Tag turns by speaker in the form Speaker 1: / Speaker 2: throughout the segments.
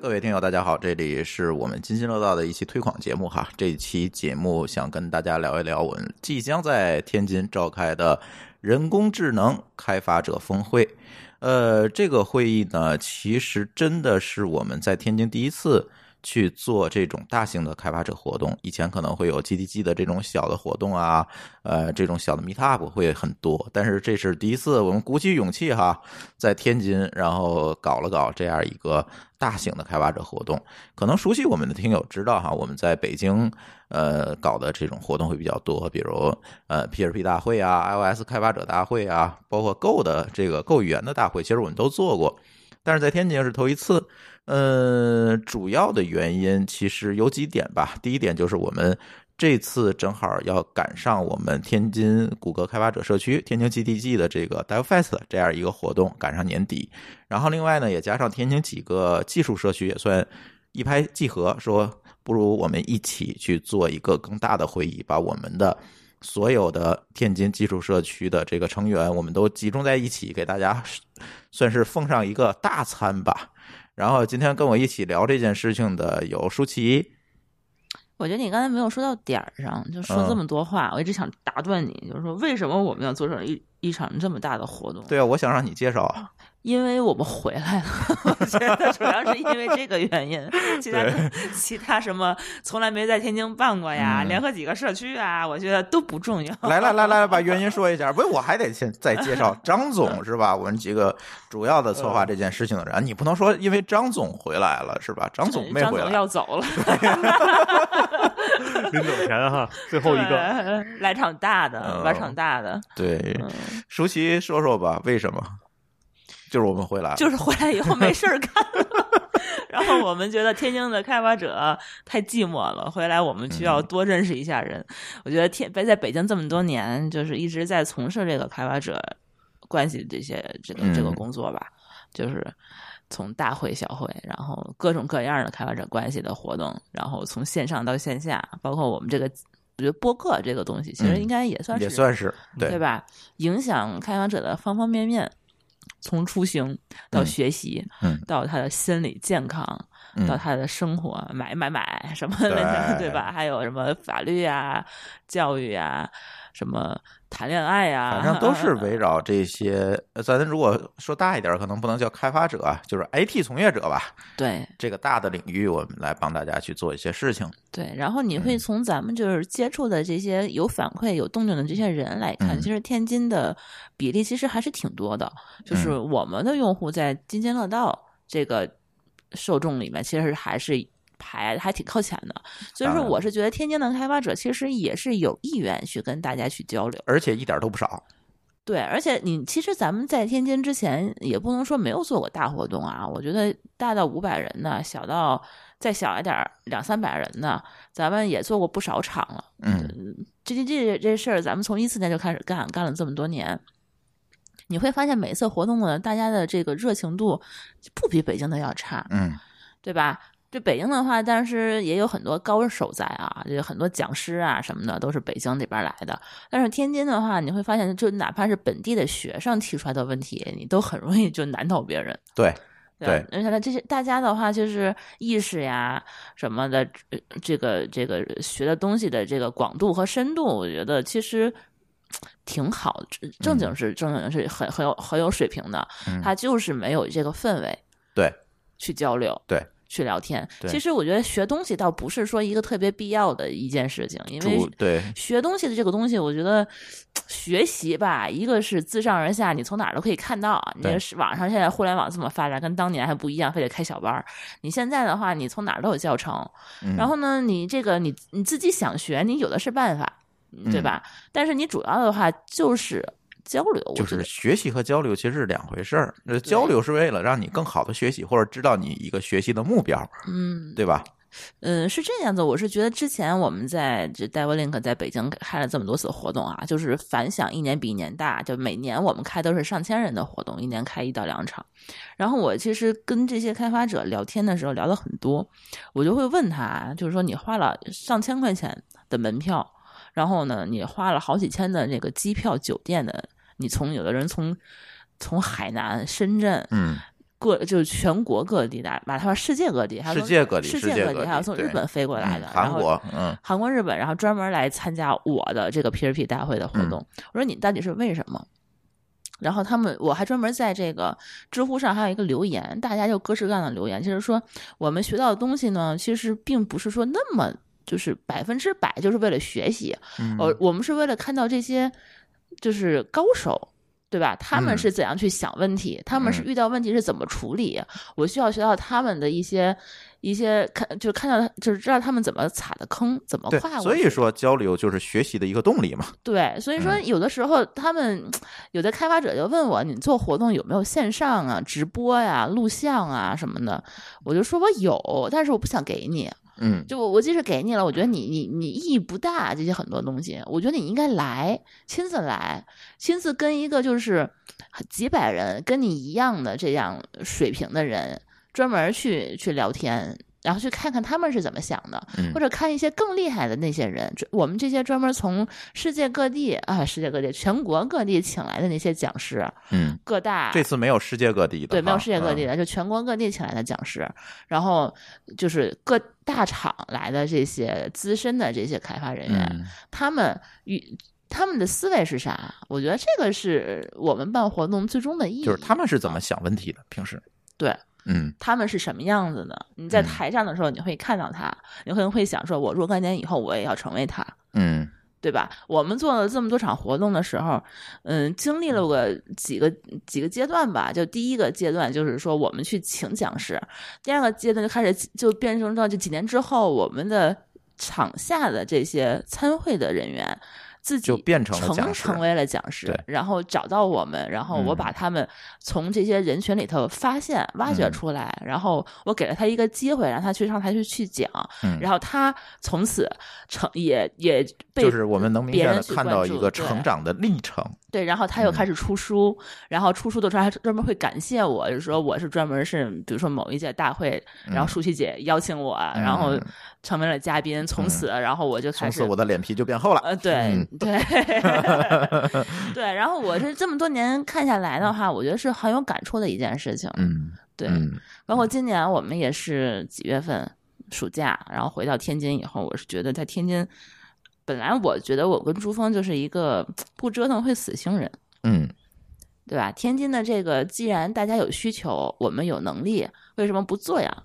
Speaker 1: 各位听友，大家好，这里是我们津津乐道的一期推广节目哈。这一期节目想跟大家聊一聊我们即将在天津召开的人工智能开发者峰会。呃，这个会议呢，其实真的是我们在天津第一次去做这种大型的开发者活动。以前可能会有 GDG 的这种小的活动啊，呃，这种小的 Meetup 会很多，但是这是第一次，我们鼓起勇气哈，在天津，然后搞了搞这样一个大型的开发者活动。可能熟悉我们的听友知道哈，我们在北京。呃，搞的这种活动会比较多，比如呃 P2P 大会啊、iOS 开发者大会啊，包括 Go 的这个 Go 语言的大会，其实我们都做过，但是在天津是头一次。呃，主要的原因其实有几点吧。第一点就是我们这次正好要赶上我们天津谷歌开发者社区天津 GDG 的这个 DevFest 这样一个活动，赶上年底。然后另外呢，也加上天津几个技术社区也算一拍即合，说。不如我们一起去做一个更大的会议，把我们的所有的天津技术社区的这个成员，我们都集中在一起，给大家算是奉上一个大餐吧。然后今天跟我一起聊这件事情的有舒淇，
Speaker 2: 我觉得你刚才没有说到点儿上，就说
Speaker 1: 嗯
Speaker 2: 这么多话，我一直想打断你，就是说为什么我们要做成一一场这么大的活动？
Speaker 1: 对啊，我想让你介绍 啊。
Speaker 2: 因为我们回来了， 我觉得主要是因为这个 原因，其他
Speaker 1: 对
Speaker 2: 其他什么从来没在天津办过呀，
Speaker 1: 嗯
Speaker 2: 联合几个社区啊，我觉得都不重要。
Speaker 1: 来来来来，把原因说一下。不是，我还得先再介 绍张总是吧？我们几个主要的策
Speaker 2: 嗯
Speaker 1: 划这件事情的人，你不能说因为张总回来了是吧？张总没
Speaker 2: 张
Speaker 1: 回
Speaker 2: 总
Speaker 1: 来，
Speaker 2: 要走 了，
Speaker 3: 临走前哈，最后一个，
Speaker 2: 对 来场大的，
Speaker 1: 嗯
Speaker 2: 玩场大的，
Speaker 1: 对，
Speaker 2: 嗯，
Speaker 1: 舒淇说说吧，为什么？就是我们回来了，
Speaker 2: 就是回来以后没事儿干。 然后我们觉得天津的开发者太寂寞了，回来我们需
Speaker 1: 嗯
Speaker 2: 要多认识一下人。我觉得天北在北京这么多年，就是一直在从事这个开发者关系这些这个这个
Speaker 1: 嗯
Speaker 2: 工作吧，就是从大会小会，然后各种各样的开发者关系的活动，然后从线上到线下，包括我们这个我觉得播客这个东西，其实
Speaker 1: 嗯
Speaker 2: 应该也算是、
Speaker 1: 也算是对
Speaker 2: 对吧？影响开发者的方方面面，从出行到
Speaker 1: 嗯
Speaker 2: 学习，
Speaker 1: 嗯
Speaker 2: 到他的心理健康，
Speaker 1: 嗯
Speaker 2: 到他的生活，买买买什么
Speaker 1: 对
Speaker 2: 对吧？还有什么法律啊、教育啊、什么谈恋爱啊，
Speaker 1: 反正都是围绕这些。呃咱如果说大一点儿，可能不能叫开发者啊，就是 IT 从业者吧。
Speaker 2: 对
Speaker 1: 这个大的领域，我们来帮大家去做一些事情。
Speaker 2: 对。然后你
Speaker 1: 嗯
Speaker 2: 会从咱们就是接触的这些有反馈、有动静的这些人来看，
Speaker 1: 嗯
Speaker 2: 其实天津的比例其实还是挺多的，就是
Speaker 1: 嗯
Speaker 2: 我们的用户在津津乐道这个受众里面，其实还是排还挺靠前的。所以
Speaker 1: 当
Speaker 2: 说，
Speaker 1: 然
Speaker 2: 我是觉得天津的开发者其实也是有意愿去跟大家去交流。
Speaker 1: 而且一点儿都不少，
Speaker 2: 对，而且你其实咱们在天津之前也不能说没有做过大活动啊，我觉得大到五百人呢，小到再小一点儿两三百人呢，咱们也做过不少场了。
Speaker 1: 嗯，
Speaker 2: 这这这这事儿，咱们从一四年就开始干，干了这么多年，你会发现每一次活动呢，大家的这个热情度不比北京的要差，
Speaker 1: 嗯，
Speaker 2: 对吧？这北京的话，但是也有很多高手在啊，这很多讲师啊什么的都是北京这边来的。但是天津的话，你会发现，就哪怕是本地的学生提出来的问题，你都很容易就难倒别人。
Speaker 1: 对，
Speaker 2: 吧而且呢，这些大家的话就是意识呀什么的，呃这个这个学的东西的这个广度和深度，我觉得其实嘖挺好，正正经是正经是很很有很有水平的，
Speaker 1: 嗯
Speaker 2: 他就是没有这个氛围，
Speaker 1: 对，
Speaker 2: 去交流，
Speaker 1: 对。
Speaker 2: 去聊天，
Speaker 1: 对
Speaker 2: 其实我觉得学东西倒不是说一个特别必要的一件事情，因为
Speaker 1: 主对，
Speaker 2: 学东西的这个东西，我觉得学习吧，一个是自上而下，你从哪儿都可以看到。啊你
Speaker 1: 对
Speaker 2: 这是网上现在互联网这么发展，跟当年还不一样，非得开小班儿。你现在的话，你从哪儿都有教程。
Speaker 1: 嗯
Speaker 2: 然后呢，你这个你你自己想学，你有的是办法，嗯对
Speaker 1: 嗯
Speaker 2: 吧？但是你主要的话就是交流，我
Speaker 1: 就
Speaker 2: 觉
Speaker 1: 是
Speaker 2: 得
Speaker 1: 学习和交流其实是两回事儿。呃交流是为了让你更好的学习，或者知道你一个学习的目标，
Speaker 2: 嗯。
Speaker 1: 对吧？
Speaker 2: 嗯，是这样子。我是觉得之前我们在这 DevLink 在北京开了这么多次活动啊，就是反响一年比一年大，就每年我们开都是上千人的活动，一年开一到两场。然后我其实跟这些开发者聊天的时候聊的很多，我就会问他，啊就是说你花了上千块钱的门票，然后呢，你花了好几千的这个机票、酒店的，你从有的人从从海南、深圳，
Speaker 1: 嗯，
Speaker 2: 各就是全国各地的，把它说世界各地，还有
Speaker 1: 世
Speaker 2: 从
Speaker 1: 界各地
Speaker 2: 世
Speaker 1: 世
Speaker 2: 界
Speaker 1: 界
Speaker 2: 各
Speaker 1: 各
Speaker 2: 地，还有
Speaker 1: 地
Speaker 2: 从
Speaker 1: 对
Speaker 2: 日本飞过来的，
Speaker 1: 嗯韩
Speaker 2: 然后呃
Speaker 1: 国，嗯，
Speaker 2: 韩国、日本，然后专门来参加我的这个 P2P 大会的
Speaker 1: 嗯
Speaker 2: 活动。我说你到底是为什么？然后他们，我还专门在这个知乎上还有一个留言，大家就各式各样的留言，就是说我们学到的东西呢，其实并不是说那么就是百分之百就是为了学习，
Speaker 1: 嗯
Speaker 2: 呃，我们是为了看到这些就是高手。对吧？他们
Speaker 1: 嗯
Speaker 2: 是怎样去想问题？他们是
Speaker 1: 嗯
Speaker 2: 遇到问题是怎么处理？我需要学到他们的一些一些看，就是看到他就是知道他们怎么踩的坑，怎么
Speaker 1: 对
Speaker 2: 跨，过。
Speaker 1: 所以，说嗯交流就是学习的一个动力 嘛。
Speaker 2: 对，所以说有的时候他们有的开发者就问我，你做活动有没有线上啊、直播呀、录像啊什么的？我就说我有，但是我不想给你。
Speaker 1: 嗯，
Speaker 2: 就我我即使给你了，我觉得你你你意义不大，这些很多东西，我觉得你应该来亲自来，亲自跟一个就是几百人跟你一样的这样水平的人，专门去去聊天，然后去看看他们是怎么想的，
Speaker 1: 嗯
Speaker 2: 或者看一些更厉害的那些人，这我们这些专门从世界各地啊，世界各地、全国各地请来的那些讲师，
Speaker 1: 嗯，
Speaker 2: 各大
Speaker 1: 这次没有世界各地的哈，
Speaker 2: 对，没有世界各地
Speaker 1: 嗯
Speaker 2: 的，就全国各地请来的讲师，然后就是各大厂来的这些资深的这些开发人员，
Speaker 1: 嗯
Speaker 2: 他们与他们的思维是啥？我觉得这个是我们办活动最终的意义。
Speaker 1: 就是他们是怎么想问题的？平时
Speaker 2: 对，
Speaker 1: 嗯
Speaker 2: 他们是什么样子的？你在
Speaker 1: 嗯
Speaker 2: 台上的时候，你会看到他，你可能会想说，我若干年以后我也要成为他。
Speaker 1: 嗯
Speaker 2: 对吧？我们做了这么多场活动的时候，嗯，经历了个几个几个阶段吧。就第一个阶段就是说我们去请讲师，第二个阶段就开始就变成到就几年之后，我们的场下的这些参会的人员自己
Speaker 1: 就变成了
Speaker 2: 成
Speaker 1: 讲师
Speaker 2: 成为了讲师
Speaker 1: 对，
Speaker 2: 然后找到我们，然后我
Speaker 1: 嗯
Speaker 2: 把他们从这些人群里头发现、挖掘
Speaker 1: 嗯
Speaker 2: 出来，然后我给了他一个机会，让他去上台去去讲，
Speaker 1: 嗯，
Speaker 2: 然后他从此成也也被
Speaker 1: 就是我们能明
Speaker 2: 别
Speaker 1: 显
Speaker 2: 人
Speaker 1: 的
Speaker 2: 去
Speaker 1: 看
Speaker 2: 关
Speaker 1: 到
Speaker 2: 注
Speaker 1: 一个
Speaker 2: 对
Speaker 1: 成长的历程。
Speaker 2: 对，然后他又
Speaker 1: 嗯
Speaker 2: 开始出书，然后出书的时候还专门会感谢我，就说我是专门是比如说某一届大会，然后舒淇姐邀请我，啊然后
Speaker 1: 嗯
Speaker 2: 成为了嘉宾，从此、然后我就开
Speaker 1: 从
Speaker 2: 始
Speaker 1: 此我的脸皮就变厚了。
Speaker 2: 呃，对、
Speaker 1: 嗯
Speaker 2: 对 对，然后我是这么多年看下来的话，我觉得是很有感触的一件事情。
Speaker 1: 嗯，
Speaker 2: 对，
Speaker 1: 嗯
Speaker 2: 包括今年我们也是几月份暑假，然后回到天津以后，我是觉得在天津，本来我觉得我跟朱峰就是一个不折腾会死星人。
Speaker 1: 嗯
Speaker 2: 对吧？天津的这个，既然大家有需求，我们有能力，为什么不做呀？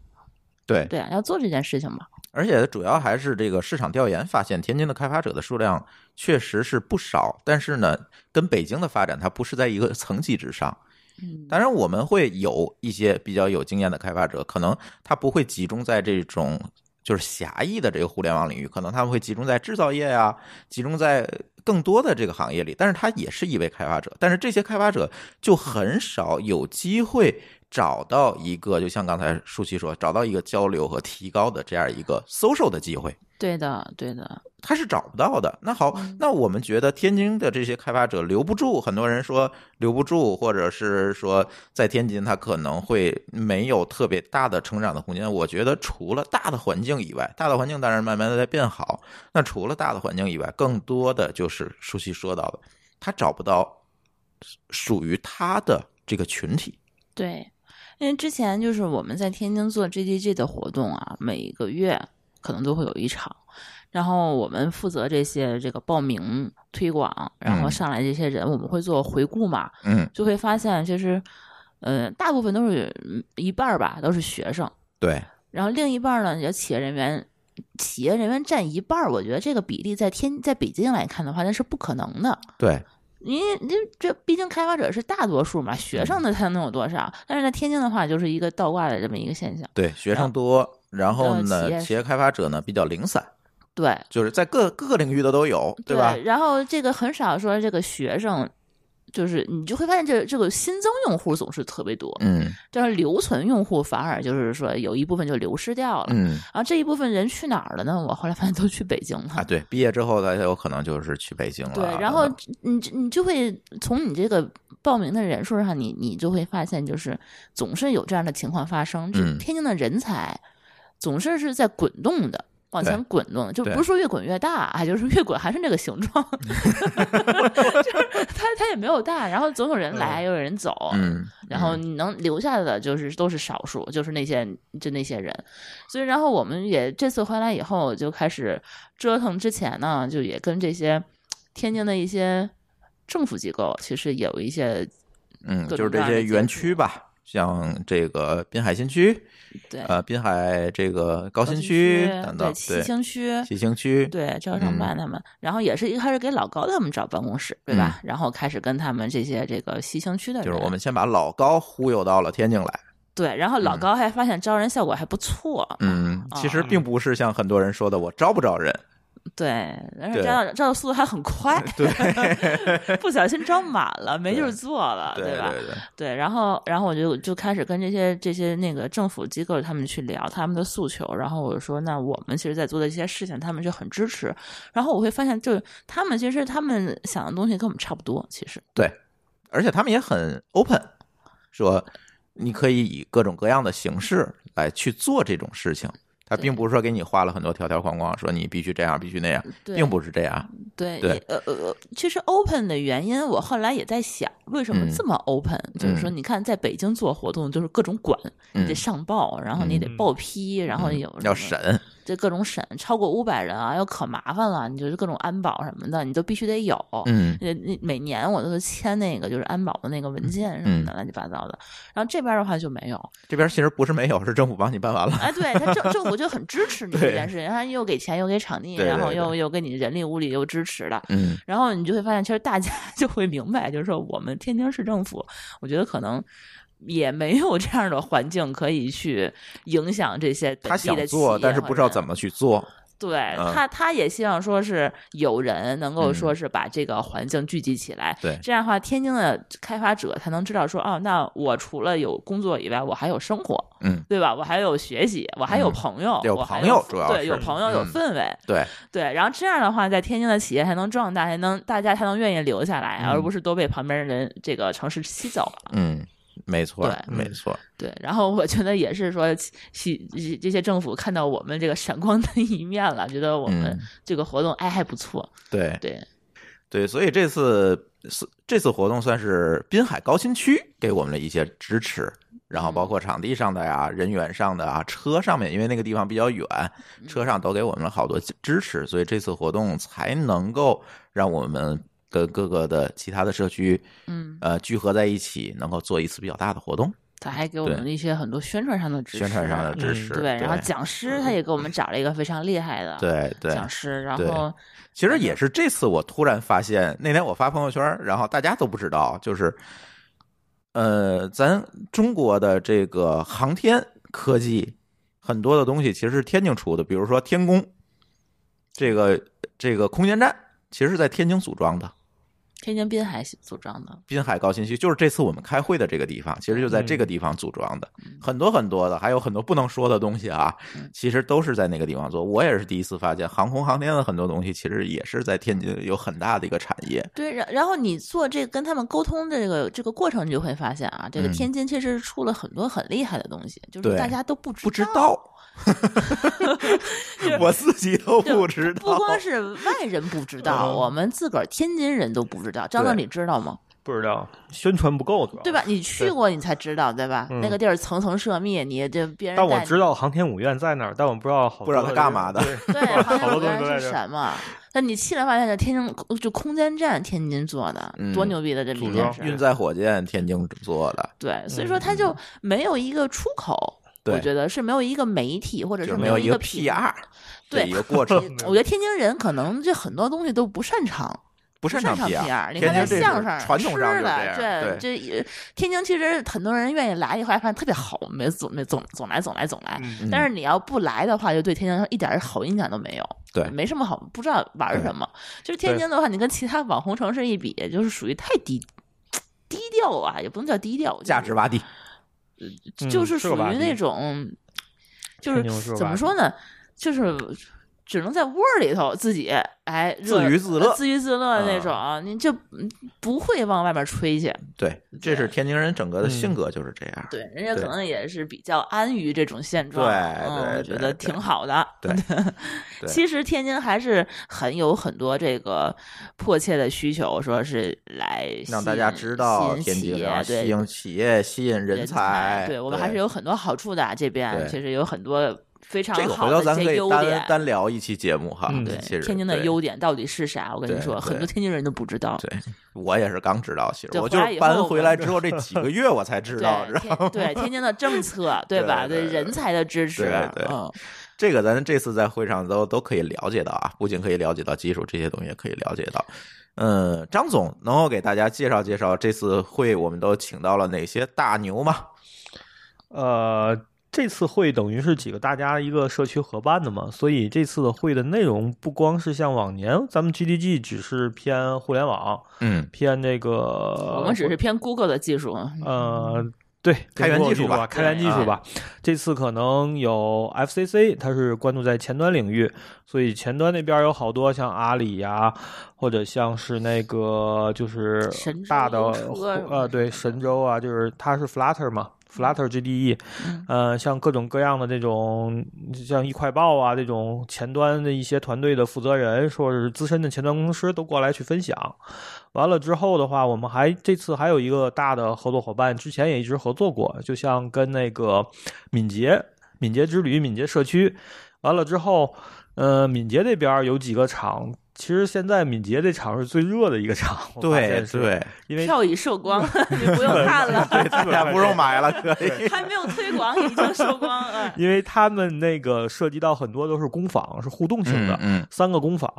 Speaker 1: 对，
Speaker 2: 对啊，要做这件事情嘛。
Speaker 1: 而且主要还是这个市场调研发现，天津的开发者的数量确实是不少，但是呢，跟北京的发展它不是在一个 层级之上。
Speaker 2: 嗯，
Speaker 1: 当然，我们会有一些比较有经验的开发者，可能他不会集中在这种就是狭义的这个互联网领域，可能他们会集中在制造业啊呀、集中在更多的这个行业里。但是他也是一位开发者，但是这些开发者就很少有机会找到一个，就像刚才舒淇说，找到一个交流和提高的这样一个 social 的机会。
Speaker 2: 对的，对的，
Speaker 1: 他是找不到的。那好，
Speaker 2: 嗯
Speaker 1: 那我们觉得天津的这些开发者留不住，很多人说留不住，或者是说在天津他可能会没有特别大的成长的空间。我觉得除了大的环境以外，大的环境当然慢慢的在变好。那除了大的环境以外，更多的就是舒淇说到的，他找不到属于他的这个群体。
Speaker 2: 对。因为之前就是我们在天津做 GDG 的活动啊，每个月可能都会有一场，然后我们负责这些这个报名推广，然后
Speaker 1: 嗯
Speaker 2: 上来这些人，我们会做回顾嘛，
Speaker 1: 嗯，
Speaker 2: 就会发现其实，呃，大部分都是嗯一半儿吧，都是学生。
Speaker 1: 对，
Speaker 2: 然后另一半儿呢，你的企业人员，企业人员占一半儿，我觉得这个比例在天在北京来看的话，那是不可能的。
Speaker 1: 对，
Speaker 2: 因为这这毕竟开发者是大多数嘛，学
Speaker 1: 嗯
Speaker 2: 生的才能有多少？但是在天津的话，就是一个倒挂的这么一个现象。
Speaker 1: 对，学生多，然后
Speaker 2: 呃企业
Speaker 1: 呢，企业开发者呢比较零散。
Speaker 2: 对
Speaker 1: 就是在各各个领域的都有，对吧？
Speaker 2: 然后这个很少说这个学生，就是你就会发现这这个新增用户总是特别多，
Speaker 1: 嗯
Speaker 2: 但是留存用户反而就是说有一部分就流失掉了。
Speaker 1: 嗯
Speaker 2: 然后这一部分人去哪儿了呢？我后来发现都去北京了
Speaker 1: 啊，。对，毕业之后他有可能就是去北京了啊。
Speaker 2: 对，然后
Speaker 1: 等等
Speaker 2: 你就你就会从你这个报名的人数上，你你就会发现，就是总是有这样的情况发生。就
Speaker 1: 嗯
Speaker 2: 天津的人才总是是在滚动的，往前滚动，就
Speaker 1: 对
Speaker 2: 不是说越滚越大，啊，就是越滚还是那个形 状，就是它它也没有大，然后总有人来，又有人走，
Speaker 1: 嗯，
Speaker 2: 然后你能留下的就是都是少数，就是那些就那些人，所以然后我们也这次回来以后就开始折腾。之前呢，就也跟这些天津的一些政府机构其实有一些
Speaker 1: 嗯，就
Speaker 2: 各种
Speaker 1: 是
Speaker 2: 各
Speaker 1: 这
Speaker 2: 样的
Speaker 1: 些
Speaker 2: 建
Speaker 1: 园
Speaker 2: 筑
Speaker 1: 区吧，像这个滨海新区，
Speaker 2: 对
Speaker 1: 呃，滨海这个高
Speaker 2: 高
Speaker 1: 新
Speaker 2: 新
Speaker 1: 区等等
Speaker 2: 对，西
Speaker 1: 对，嗯
Speaker 2: 青区。
Speaker 1: 西青区，
Speaker 2: 对，招商办他们，然后也是一开始给老高他们找办公室，对吧？然后开始跟他们这些这个西青区的人，
Speaker 1: 嗯就是我们先把老高忽悠到了天津来。
Speaker 2: 对，然后老
Speaker 1: 嗯
Speaker 2: 高还发现招人效果还不错，
Speaker 1: 嗯，其实
Speaker 2: 啊
Speaker 1: 并不是像很多人说的我招不招人，
Speaker 2: 对，而且
Speaker 1: 对
Speaker 2: 招的招的速度还 很快，对，不小心招满了，没地儿
Speaker 1: 对
Speaker 2: 坐了，
Speaker 1: 对
Speaker 2: 吧？
Speaker 1: 对对，
Speaker 2: 啊对，然后，然后我就就开始跟这些这些那个政府机构他们去聊他们的诉求，然后我说，那我们其实在做的一些事情，他们就很支持，然后我会发现，就是他们其实他们想的东西跟我们差不多，其实
Speaker 1: 而且他们也很 open，说你可以以各种各样的形式来去做这种事情。他
Speaker 2: 对
Speaker 1: 并不是说给你画了很多条条框框，说你必须这样，必须那样，
Speaker 2: 对
Speaker 1: 并不是这样。
Speaker 2: 对，
Speaker 1: 对
Speaker 2: 也呃呃，呃其实 open 的原因，我后来也在想，为什么
Speaker 1: 嗯
Speaker 2: 这么 open？、就是说，
Speaker 1: 嗯
Speaker 2: 你看，在北京做活动就是各种管，你得
Speaker 1: 嗯
Speaker 2: 上报，然后你得
Speaker 3: 嗯
Speaker 2: 报批，然后
Speaker 1: 嗯
Speaker 2: 有
Speaker 1: 要
Speaker 2: 什么
Speaker 1: 审，
Speaker 2: 这各种审，超过五百人啊，又可麻烦了，你就是各种安保什么的，你都必须得有。
Speaker 1: 嗯
Speaker 2: 呃，你每年我都是签那个就是安保的那个文件什
Speaker 1: 嗯
Speaker 2: 么的，乱七八糟的。然后这边的话就没有，
Speaker 1: 这边其实不是没有，是政府帮你办完了。
Speaker 2: 哎，对他政政府就很支持你这
Speaker 1: 对
Speaker 2: 件事情，他又给钱又给场地，
Speaker 1: 对对
Speaker 2: 然后
Speaker 1: 对
Speaker 2: 又又给你人力物力又支持的，
Speaker 1: 嗯
Speaker 2: 然后你就会发现，其实大家 就会明白，就是说我们天津市政府，我觉得可能也没有这样的环境可以去影响这些本
Speaker 1: 他
Speaker 2: 地
Speaker 1: 想
Speaker 2: 的企业和
Speaker 1: 做，
Speaker 2: 人。
Speaker 1: 但是不知道怎么去做。
Speaker 2: 对、
Speaker 1: 嗯
Speaker 2: 他，他也希望说是有人能够
Speaker 1: 嗯
Speaker 2: 说是把这个环境聚集起来。
Speaker 1: 对
Speaker 2: 这样的话，天津的开发者才能知道说，哦，那我除了有工作以外，我还有生活，
Speaker 1: 嗯，
Speaker 2: 对吧？我还有学习，我还有
Speaker 1: 嗯
Speaker 2: 朋友，
Speaker 1: 有
Speaker 2: 我还
Speaker 1: 朋友主要
Speaker 2: 对
Speaker 1: 是
Speaker 2: 有朋友有
Speaker 1: 嗯
Speaker 2: 氛围，
Speaker 1: 对，
Speaker 2: 对，然后这样的话，在天津的企业才能壮大，还能大家才能愿意留下来，
Speaker 1: 嗯
Speaker 2: 而不是都被旁边人这个城市吸走了。
Speaker 1: 嗯，没错，
Speaker 2: 对嗯
Speaker 1: 没错。
Speaker 2: 对，然后我觉得也是说，西这这些政府看到我们这个闪光的 一面了，觉得我们
Speaker 1: 嗯哎
Speaker 2: 这个活动哎还不错。
Speaker 1: 对
Speaker 2: 对，
Speaker 1: 对，所以这次是这次活动算是滨海高新区给我们了一些支持，然
Speaker 2: 嗯
Speaker 1: 后包括场地上的呀、人员上的啊、车上面，因为那个地方比较远，
Speaker 2: 嗯
Speaker 1: 车上都给我们了好多支持，所以这次活动才能够让我们跟各个的其他的社区
Speaker 2: 嗯，
Speaker 1: 呃聚合在一起，能够做一次比较大的活动，
Speaker 2: 他还给我们
Speaker 1: 对
Speaker 2: 一些很多宣传上的支持，
Speaker 1: 宣传上的支
Speaker 3: 嗯
Speaker 1: 持。嗯
Speaker 2: 对，然后讲师他也给我们找了一个非常厉害的
Speaker 1: 对对，
Speaker 2: 讲师，然
Speaker 1: 对
Speaker 2: 后
Speaker 1: 其实也是这次我突然发现，那天我发朋友圈，然后大家都不知道，就是，呃，咱中国的这个航天科技很多的东西其实是天津出的，比如说天宫，这个这个空间站其实是在天津组装的，
Speaker 2: 天津滨海组装的，
Speaker 1: 滨海高新区就是这次我们开会的这个地方，其实就在
Speaker 2: 嗯
Speaker 1: 这个地方组装的，很多很多的，还有很多不能说的东西啊
Speaker 2: 嗯，
Speaker 1: 其实都是在那个地方做。我也是第一次发现，航空航天的很多东西其实也是在天津有很大的一个产业。
Speaker 2: 对，然然后你做这个跟他们沟通这个这个过程，你就会发现啊，这个
Speaker 1: 嗯
Speaker 2: 天津其实出了很多很厉害的东西，就是
Speaker 1: 对
Speaker 2: 大家都不知
Speaker 1: 不知
Speaker 2: 道，
Speaker 1: 道，我自己都不知道。
Speaker 2: 不光是外人不知道，
Speaker 3: 嗯
Speaker 2: 我们自个儿天津人都不知道。张乐，
Speaker 1: 对
Speaker 2: 你知道吗？
Speaker 3: 不知道，宣传不够主要。
Speaker 2: 对？吧？你去
Speaker 3: 对
Speaker 2: 过你才知道，对吧？
Speaker 3: 嗯
Speaker 2: 那个地儿层层涉密，你这别人
Speaker 3: 但我
Speaker 2: 带你
Speaker 3: 知道航天母院在哪儿，但我不知道好
Speaker 1: 不知道它干嘛的
Speaker 3: 多 人。
Speaker 2: 对，
Speaker 3: 对
Speaker 2: 航天
Speaker 3: 好
Speaker 2: 母
Speaker 3: 多东西都
Speaker 2: 院
Speaker 3: 在
Speaker 2: 是
Speaker 3: 这
Speaker 2: 什么？那你去了发现，这天津就空间站，天津做的，
Speaker 1: 嗯
Speaker 2: 多牛逼的这么一
Speaker 3: 组
Speaker 2: 件
Speaker 3: 装嗯
Speaker 2: 事儿。
Speaker 1: 运载火箭，天津做的，
Speaker 2: 对，所以说它就没有一个出口，
Speaker 1: 对
Speaker 2: 我觉得是没有一个媒体或者
Speaker 1: 就是没
Speaker 2: 有
Speaker 1: 一
Speaker 2: 个
Speaker 1: 个
Speaker 2: 品
Speaker 1: PR
Speaker 2: 对
Speaker 1: 的一个过 程，
Speaker 2: 我觉得天津人可能这很多东西都不擅长，
Speaker 1: 不
Speaker 2: 不
Speaker 1: 擅
Speaker 2: 擅长
Speaker 1: PR。
Speaker 2: 你看他
Speaker 1: 天津这
Speaker 2: 相
Speaker 1: 是
Speaker 2: 声、
Speaker 1: 传统上
Speaker 2: 吃
Speaker 1: 就
Speaker 2: 的，
Speaker 1: 这样，对，
Speaker 2: 这这天津其实很多人愿意来以后，还发现特别好，没总没总总来总来总来。
Speaker 3: 嗯
Speaker 1: 嗯
Speaker 2: 但是你要不来的话，就对天津一点好印象都没有，
Speaker 1: 对
Speaker 2: 没什么好，不知道玩什么。就是天津的话，你跟其他网红城市一比，就是属于太低低调啊，也不能叫低调，就是
Speaker 1: 价值洼地，
Speaker 3: 嗯
Speaker 2: 就是
Speaker 3: 是
Speaker 2: 属
Speaker 3: 个洼
Speaker 2: 于
Speaker 3: 地
Speaker 2: 那种，就
Speaker 3: 天津是
Speaker 2: 是
Speaker 3: 个
Speaker 2: 怎么
Speaker 3: 洼
Speaker 2: 说呢，就是只能在窝儿里头自己哎
Speaker 1: 自娱自乐啊
Speaker 2: 自娱自乐那种，你就不会往外面吹去。
Speaker 1: 对，这是天津人整个的
Speaker 3: 嗯
Speaker 1: 性格就是这样。
Speaker 2: 对，人家
Speaker 1: 对
Speaker 2: 可能也是比较安于这种现状，
Speaker 1: 对
Speaker 2: 嗯，
Speaker 1: 对
Speaker 2: 我觉
Speaker 1: 对
Speaker 2: 得
Speaker 1: 对
Speaker 2: 挺好的。
Speaker 1: 对对
Speaker 2: 其实天津还是很有很多这个迫切的需求，说是来
Speaker 1: 让
Speaker 2: 吸
Speaker 1: 大家
Speaker 2: 引
Speaker 1: 知道
Speaker 2: 吸引
Speaker 1: 天
Speaker 2: 企
Speaker 1: 津
Speaker 2: 业
Speaker 1: 然后吸
Speaker 2: 对
Speaker 1: 引企业、吸引人才。
Speaker 2: 对我们还是有很多好处的啊。这边
Speaker 1: 对
Speaker 2: 确实有很多非常
Speaker 1: 这个，
Speaker 2: 好
Speaker 1: 回头
Speaker 2: 的
Speaker 1: 咱
Speaker 2: 一
Speaker 1: 可
Speaker 2: 些
Speaker 1: 以
Speaker 2: 优点
Speaker 1: 单。单聊一期节目哈。
Speaker 3: 嗯
Speaker 2: 对，
Speaker 1: 其实
Speaker 2: 天津的
Speaker 1: 对
Speaker 2: 优点到底是啥？我跟你
Speaker 1: 对
Speaker 2: 说，很
Speaker 1: 对
Speaker 2: 多天津人都不知道。
Speaker 1: 对我也是刚知道，其实
Speaker 2: 对
Speaker 1: 我
Speaker 2: 回
Speaker 1: 就
Speaker 2: 来以
Speaker 1: 是搬
Speaker 2: 后
Speaker 1: 回
Speaker 2: 我
Speaker 1: 来
Speaker 2: 就
Speaker 1: 之后这几 个月我才知道，知
Speaker 2: 对
Speaker 1: 道
Speaker 2: 天对天津的政策，对吧？
Speaker 1: 对对对
Speaker 2: 人才的支持，
Speaker 1: 对对
Speaker 2: 嗯，
Speaker 1: 这个咱这次在会上都都可以了解到啊，不仅可以了解到技术这些东西，也可以了解到。嗯，张总能够给大家介绍介绍这次会我们都请到了哪些大牛吗？
Speaker 3: 呃，这次会等于是几个大家一个社区合办的嘛，所以这次的会的内容不光是像往年咱们 GDG 只是偏互联网，
Speaker 1: 嗯，
Speaker 3: 偏这个
Speaker 1: 呃
Speaker 2: 我们只是嗯偏 Google 的技术，啊
Speaker 3: 呃，对，
Speaker 1: 开源技术
Speaker 3: 术
Speaker 1: 吧
Speaker 3: 开源技
Speaker 1: 对啊
Speaker 3: 术吧。这次可能有 FCC，它是关注在前端领域，所以前端那边有好多像阿里呀、或者像是那个就是
Speaker 2: 神州
Speaker 3: 大的
Speaker 2: 优车什么
Speaker 3: 呃，对，神州啊，就是它是 Flutter 嘛。Flutter GDE，
Speaker 2: 嗯
Speaker 3: 呃，像各种各样的这种，像易快报啊这种前端的一些团队的负责人，说是资深的前端工程师都过来去分享。完了之后的话，我们还这次还有一个大的合作伙伴，之前也一直合作过，就像跟那个敏捷、敏捷之旅、敏捷社区。完了之后，呃，敏捷这边有几个厂，其实现在敏捷这厂是最热的一个厂， 我发
Speaker 1: 对
Speaker 3: 现是，
Speaker 1: 对，
Speaker 3: 因为
Speaker 2: 票已售光，你不用看了，
Speaker 1: 大 家不用买了，可以。
Speaker 2: 还没有推广已经售光了。
Speaker 3: 因为他们那个涉及到很多都是工坊，是互动性的。
Speaker 1: 嗯
Speaker 3: 三个工坊，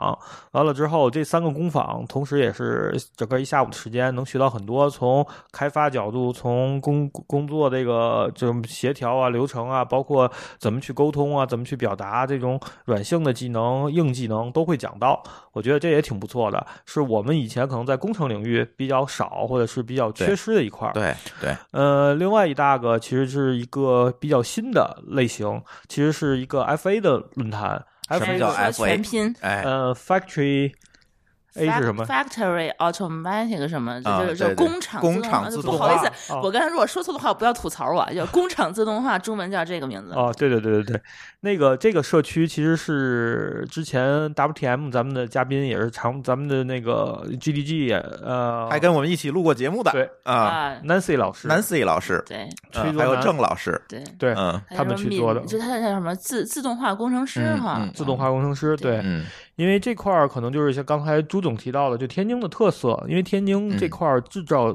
Speaker 3: 完了之后，这三个工坊同时也是整个一下午的时间，能学到很多，从开发角度，从工工作这个这种协调啊、流程啊，包括怎么去沟通啊、怎么去表达这种软性的技能、硬技能都会讲到。我觉得这也挺不错的，是我们以前可能在工程领域比较少或者是比较缺
Speaker 1: 对
Speaker 3: 失的一块儿。
Speaker 1: 对对，
Speaker 3: 呃，另外一大个其实是一个比较新的类型，其实是一个 FA 的论坛。
Speaker 1: 什么叫
Speaker 3: FA？
Speaker 2: 说
Speaker 1: FA
Speaker 2: 全拼
Speaker 1: 哎，
Speaker 3: 呃，Factory A 是什么？
Speaker 2: ？Factory Automatic 什么？
Speaker 1: 啊
Speaker 2: 就
Speaker 1: 对
Speaker 2: 是
Speaker 1: 对
Speaker 2: 就工厂
Speaker 1: 工厂自
Speaker 2: 不
Speaker 1: 动
Speaker 2: 好意
Speaker 1: 化
Speaker 2: 思，
Speaker 3: 啊
Speaker 2: 我刚才如果说错的话，不要吐槽我。就工厂自动化，中文叫这个名字。
Speaker 3: 哦，对对对对对，那个这个社区其实是之前 WTM 咱们的嘉宾也是常咱们的那个 GDG 也呃，
Speaker 1: 还跟我们一起录过节目的，
Speaker 3: 对
Speaker 1: 啊
Speaker 2: 啊，
Speaker 3: Nancy 老师
Speaker 1: ，Nancy 老师，
Speaker 2: 对
Speaker 1: 嗯
Speaker 3: 崔卓
Speaker 1: 还有
Speaker 3: 楠
Speaker 1: 郑老师，
Speaker 2: 对，
Speaker 3: 对、
Speaker 1: 嗯
Speaker 2: 还
Speaker 3: 他们
Speaker 2: 有什么
Speaker 3: 去
Speaker 2: 敏
Speaker 3: 做的
Speaker 2: 就他叫什么自自动化工程师
Speaker 1: 嗯
Speaker 2: 哈
Speaker 1: 嗯，
Speaker 3: 自动化工程师对。
Speaker 1: 嗯
Speaker 3: 因为这块儿可能就是像刚才朱总提到的，就天津的特色，因为天津
Speaker 1: 嗯
Speaker 3: 这块儿制造、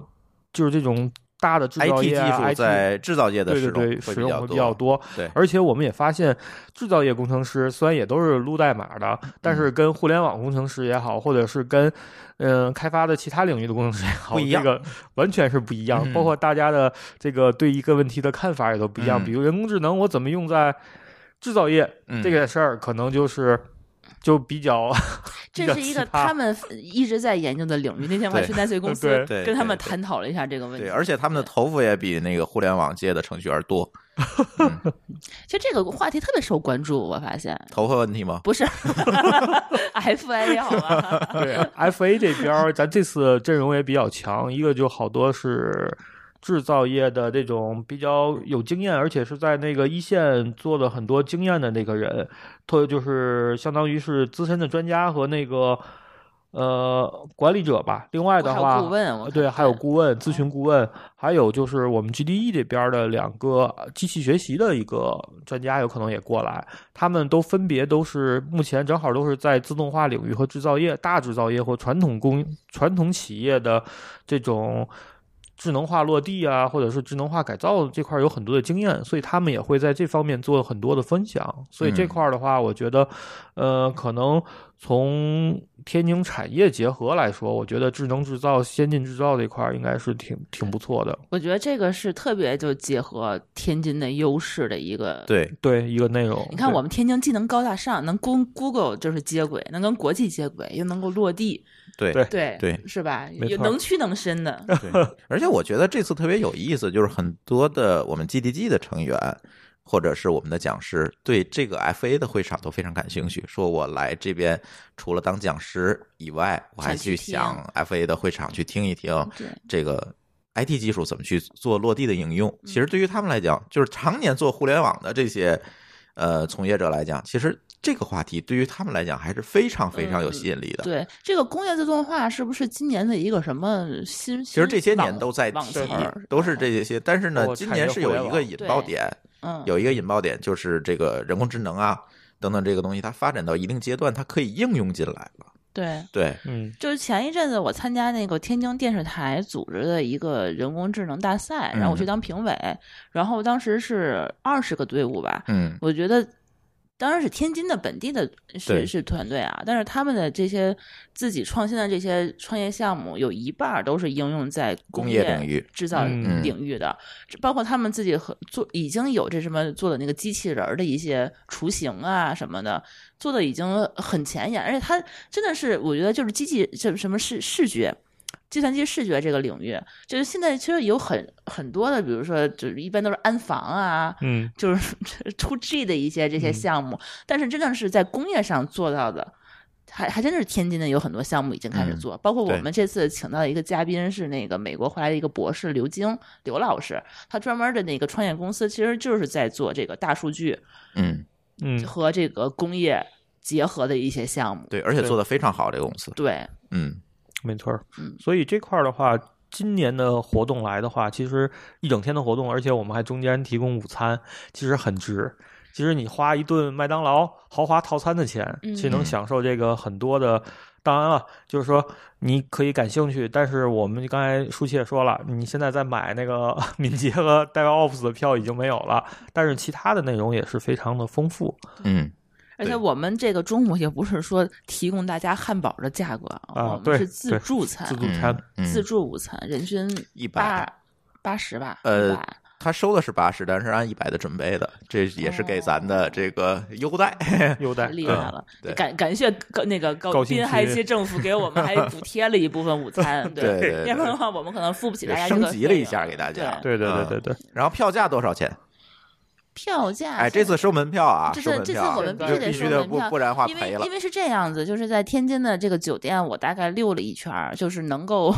Speaker 3: 就是这种大的制造
Speaker 1: ，IT
Speaker 3: 业啊、
Speaker 1: 技术
Speaker 3: IT
Speaker 1: 在制造业的使
Speaker 3: 对对对
Speaker 1: 用
Speaker 3: 使
Speaker 1: 比
Speaker 3: 用
Speaker 1: 较
Speaker 3: 会比较多，
Speaker 1: 对
Speaker 3: 而且我们也发现，制造业工程师虽然也都是撸代码的，但
Speaker 1: 嗯
Speaker 3: 是跟互联网工程师也好，或者是跟嗯、呃开发的其他领域的工程师也好，
Speaker 1: 不一样
Speaker 3: 这个完全是不一样。
Speaker 1: 嗯
Speaker 3: 包括大家的这个对一个问题的看法也都不一样。
Speaker 1: 嗯
Speaker 3: 比如人工智能，我怎么用在制造业、
Speaker 1: 嗯
Speaker 3: 这个事儿，可能就是就比较 比
Speaker 2: 这
Speaker 3: 较
Speaker 2: 是一
Speaker 3: 奇
Speaker 2: 个
Speaker 3: 葩
Speaker 2: 他们一直在研究的领域。那天我还
Speaker 1: 对
Speaker 2: 去奈穗公司
Speaker 3: 对
Speaker 1: 对
Speaker 2: 跟他们
Speaker 1: 对对
Speaker 2: 探讨了一下这个问题。
Speaker 1: 对，而且他们的头发也比那个互联网界的程序员多，
Speaker 2: 其实这个话题特别受关注，我发现
Speaker 1: 头发问题吗？
Speaker 2: 不是 FA 好吧？
Speaker 3: 对 FA 这边儿，咱这次阵容也比较强，一个就好多是制造业的这种比较有经验，而且是在那个一线做了很多经验的那个人，特就是相当于是资深的专家和那个呃管理者吧。另外的
Speaker 2: 还
Speaker 3: 话，
Speaker 2: 有顾问，我看
Speaker 3: 呃对，还有顾问、咨询顾问，还有就是我们 GDE 这边的两个机器学习的一个专家，有可能也过来。他们都分别都是目前正好都是在自动化领域和制造业、大制造业或传统工传统企业的这种智能化落地啊，或者是智能化改造这块儿有很多的经验，所以他们也会在这方面做很多的分享。所以这
Speaker 1: 嗯
Speaker 3: 块儿的话，我觉得，呃，可能从天津产业结合来说，我觉得智能制造、先进制造这块儿应该是挺挺不错的，
Speaker 2: 我觉得这个是特别就结合天津的优势的一个。，
Speaker 1: 对，
Speaker 3: 对一个内容。
Speaker 2: 你看
Speaker 3: 对
Speaker 2: 我们天津既能高大上，能跟 Google 就是接轨，能跟国际接轨，又能够落地，
Speaker 1: 对
Speaker 3: 对
Speaker 2: 对
Speaker 1: 对
Speaker 2: 是吧？
Speaker 3: 没
Speaker 2: 有
Speaker 3: 错
Speaker 2: 能屈能伸的，
Speaker 1: 对，而且我觉得这次特别有意思，就是很多的我们 GDG 的成员，或者是我们的讲师对这个 FA 的会场都非常感兴趣，说我来这边除了当讲师以外，我还
Speaker 2: 想去
Speaker 1: 去想 FA 的会场去听一听
Speaker 2: 对
Speaker 1: 这个 IT 技术怎么去做落地的应用。
Speaker 2: 嗯
Speaker 1: 其实对于他们来讲，就是常年做互联网的这些呃从业者来讲，其实这个话题对于他们来讲还是非常非
Speaker 2: 嗯
Speaker 1: 常有吸引力的。
Speaker 2: 对，这个工业自动化是不是今年的一个什么新？
Speaker 1: 其实这些
Speaker 2: 新
Speaker 1: 年都在
Speaker 2: 网嗯
Speaker 1: 提
Speaker 2: 网红，
Speaker 1: 都是这些，但是
Speaker 3: 包
Speaker 1: 呢，
Speaker 3: 括
Speaker 1: 今
Speaker 3: 产业
Speaker 1: 年是有一
Speaker 3: 互
Speaker 1: 个
Speaker 3: 联
Speaker 1: 引
Speaker 2: 对
Speaker 1: 爆点，
Speaker 2: 嗯，
Speaker 1: 有一个引爆点就是这个人工智能啊等等这个东西，它发展到一定阶段，它可以应用进来了。
Speaker 2: 对。
Speaker 1: 对，
Speaker 3: 嗯，
Speaker 2: 就是前一阵子我参加那个天津电视台组织的一个人工智能大赛，然后我
Speaker 1: 嗯
Speaker 2: 去当评委，然后当时是二十个队伍吧，
Speaker 1: 嗯，
Speaker 2: 我觉得当然是天津的本地的
Speaker 1: 对
Speaker 2: 是是团队啊，但是他们的这些自己创新的这些创业项目，有一半儿都是应用在
Speaker 1: 工业
Speaker 2: 业
Speaker 1: 领域、
Speaker 2: 制造
Speaker 3: 嗯
Speaker 2: 领域的，这包括他们自己和做已经有这什么做的那个机器人儿的一些雏形啊什么的，做的已经很前沿，而且它真的是我觉得就是机器这什么视视觉。计算机视觉这个领域，就是现在其实有很很多的，比如说就是一般都是安防啊，
Speaker 3: 嗯，
Speaker 2: 就是 to G 的一些这些
Speaker 1: 嗯
Speaker 2: 项目，但是真的是在工业上做到的，还还真是天津的有很多项目已经开始
Speaker 1: 嗯
Speaker 2: 做，包括我
Speaker 1: 对
Speaker 2: 们这次请到的一个嘉宾是那个美国回来的一个博士刘晶刘老师，他专门的那个创业公司其实就是在做这个大数据
Speaker 1: 嗯，
Speaker 3: 嗯，
Speaker 2: 和这个工业结合的一些项目，
Speaker 1: 对，而且
Speaker 3: 对
Speaker 1: 做的非常好，这个公司，
Speaker 2: 对，
Speaker 1: 嗯，
Speaker 3: 没错儿
Speaker 2: 嗯。
Speaker 3: 所以这块儿的话，今年的活动来的话，其实一整天的活动，而且我们还中间提供午餐，其实很值。其实你花一顿麦当劳豪华套餐的钱，
Speaker 2: 嗯
Speaker 3: 其实能享受这个很多的。当然了，就是说你可以感兴趣，但是我们刚才舒淇也说了，你现在在买那个 敏捷和 DevOps 的票已经没有了，但是其他的内容也是非常的丰富
Speaker 1: 嗯，
Speaker 2: 而且
Speaker 1: 对
Speaker 2: 我们这个中午也不是说提供大家汉堡的价格，
Speaker 3: 啊
Speaker 2: 我。们
Speaker 3: 对，
Speaker 2: 是自
Speaker 3: 对
Speaker 2: 助餐
Speaker 3: 自，助餐，
Speaker 1: 嗯
Speaker 2: 自，助午餐人均
Speaker 1: 一百，
Speaker 2: 八八十吧，
Speaker 1: 呃
Speaker 2: 100
Speaker 1: 他收的是八十，但是按一百的准备的，这也是给咱的这个优待。
Speaker 3: 优待
Speaker 2: 太哎厉
Speaker 3: 对
Speaker 2: 害了
Speaker 1: 对！
Speaker 2: 感感谢高那个高
Speaker 3: 高新
Speaker 2: 滨
Speaker 3: 区
Speaker 2: 海区政府给我们还补贴了一部分 午餐，
Speaker 1: 对对对
Speaker 2: 要不然的话我们可能付不起大家
Speaker 1: 也
Speaker 2: 这个
Speaker 1: 升级了一
Speaker 2: 费用
Speaker 1: 下给大家，
Speaker 2: 对
Speaker 3: 对对对
Speaker 1: 嗯
Speaker 3: 对对，
Speaker 1: 然后票价多少钱？
Speaker 2: 票价，
Speaker 1: 哎，这次收门票啊，
Speaker 2: 这
Speaker 1: 收
Speaker 2: 次
Speaker 1: 门
Speaker 2: 这次
Speaker 1: 票啊
Speaker 2: 我们
Speaker 1: 这
Speaker 2: 必
Speaker 1: 必须
Speaker 2: 须得收
Speaker 1: 的，
Speaker 2: 门
Speaker 1: 不
Speaker 2: 票，
Speaker 1: 不然的话
Speaker 2: 因为
Speaker 1: 赔了
Speaker 2: 因。为是这样子，就是在天津的这个酒店，我大概溜了一圈儿，就是能够。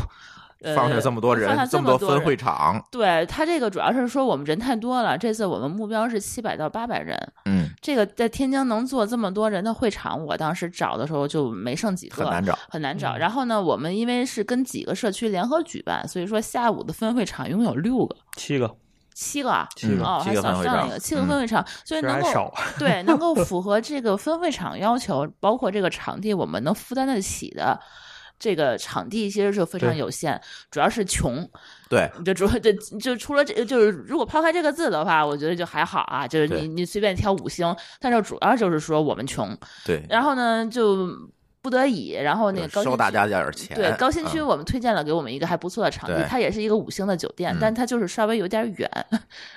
Speaker 2: 呃
Speaker 1: 放下这么多人
Speaker 2: 放下，
Speaker 1: 这
Speaker 2: 么
Speaker 1: 多
Speaker 2: 多
Speaker 1: 分
Speaker 2: 人
Speaker 1: 会场，
Speaker 2: 对他这个主要是说我们人太多了，这次我们目标是七百到八百人，
Speaker 1: 嗯，
Speaker 2: 这个在天津能做这么多人的会场，我当时找的时候就没剩几个，
Speaker 1: 很难找。
Speaker 2: 很难找。
Speaker 3: 嗯
Speaker 2: 然后呢，我们因为是跟几个社区联合举办，所以说下午的分会场一共有六个、
Speaker 3: 七个，
Speaker 2: 七个啊。
Speaker 3: 七个
Speaker 2: 哦，
Speaker 1: 七
Speaker 2: 还
Speaker 1: 个
Speaker 2: 算
Speaker 1: 分会
Speaker 2: 算
Speaker 1: 场嗯
Speaker 2: 了一个，七个分会场，所以
Speaker 3: 这
Speaker 2: 能
Speaker 3: 还
Speaker 2: 够
Speaker 3: 少啊
Speaker 2: 对能够符合这个分会场要求，包括这个场地我们能负担得起的这个场地，其实是非常
Speaker 3: 对
Speaker 2: 有限，主要是穷，
Speaker 1: 对，
Speaker 2: 就主这就除了这就是如果抛开这个字的话，我觉得就还好啊，就是
Speaker 1: 对
Speaker 2: 你你随便挑五星，但是主要就是说我们穷，
Speaker 1: 对，
Speaker 2: 然后呢就不得已，然后那个高
Speaker 1: 收
Speaker 2: 新
Speaker 1: 大
Speaker 2: 区
Speaker 1: 家点儿钱。
Speaker 2: 对，高新区
Speaker 1: 嗯
Speaker 2: 我们推荐了给我们一个还不错的场地
Speaker 1: 对，
Speaker 2: 它也是一个五星的酒店
Speaker 1: 嗯，
Speaker 2: 但它就是稍微有点远，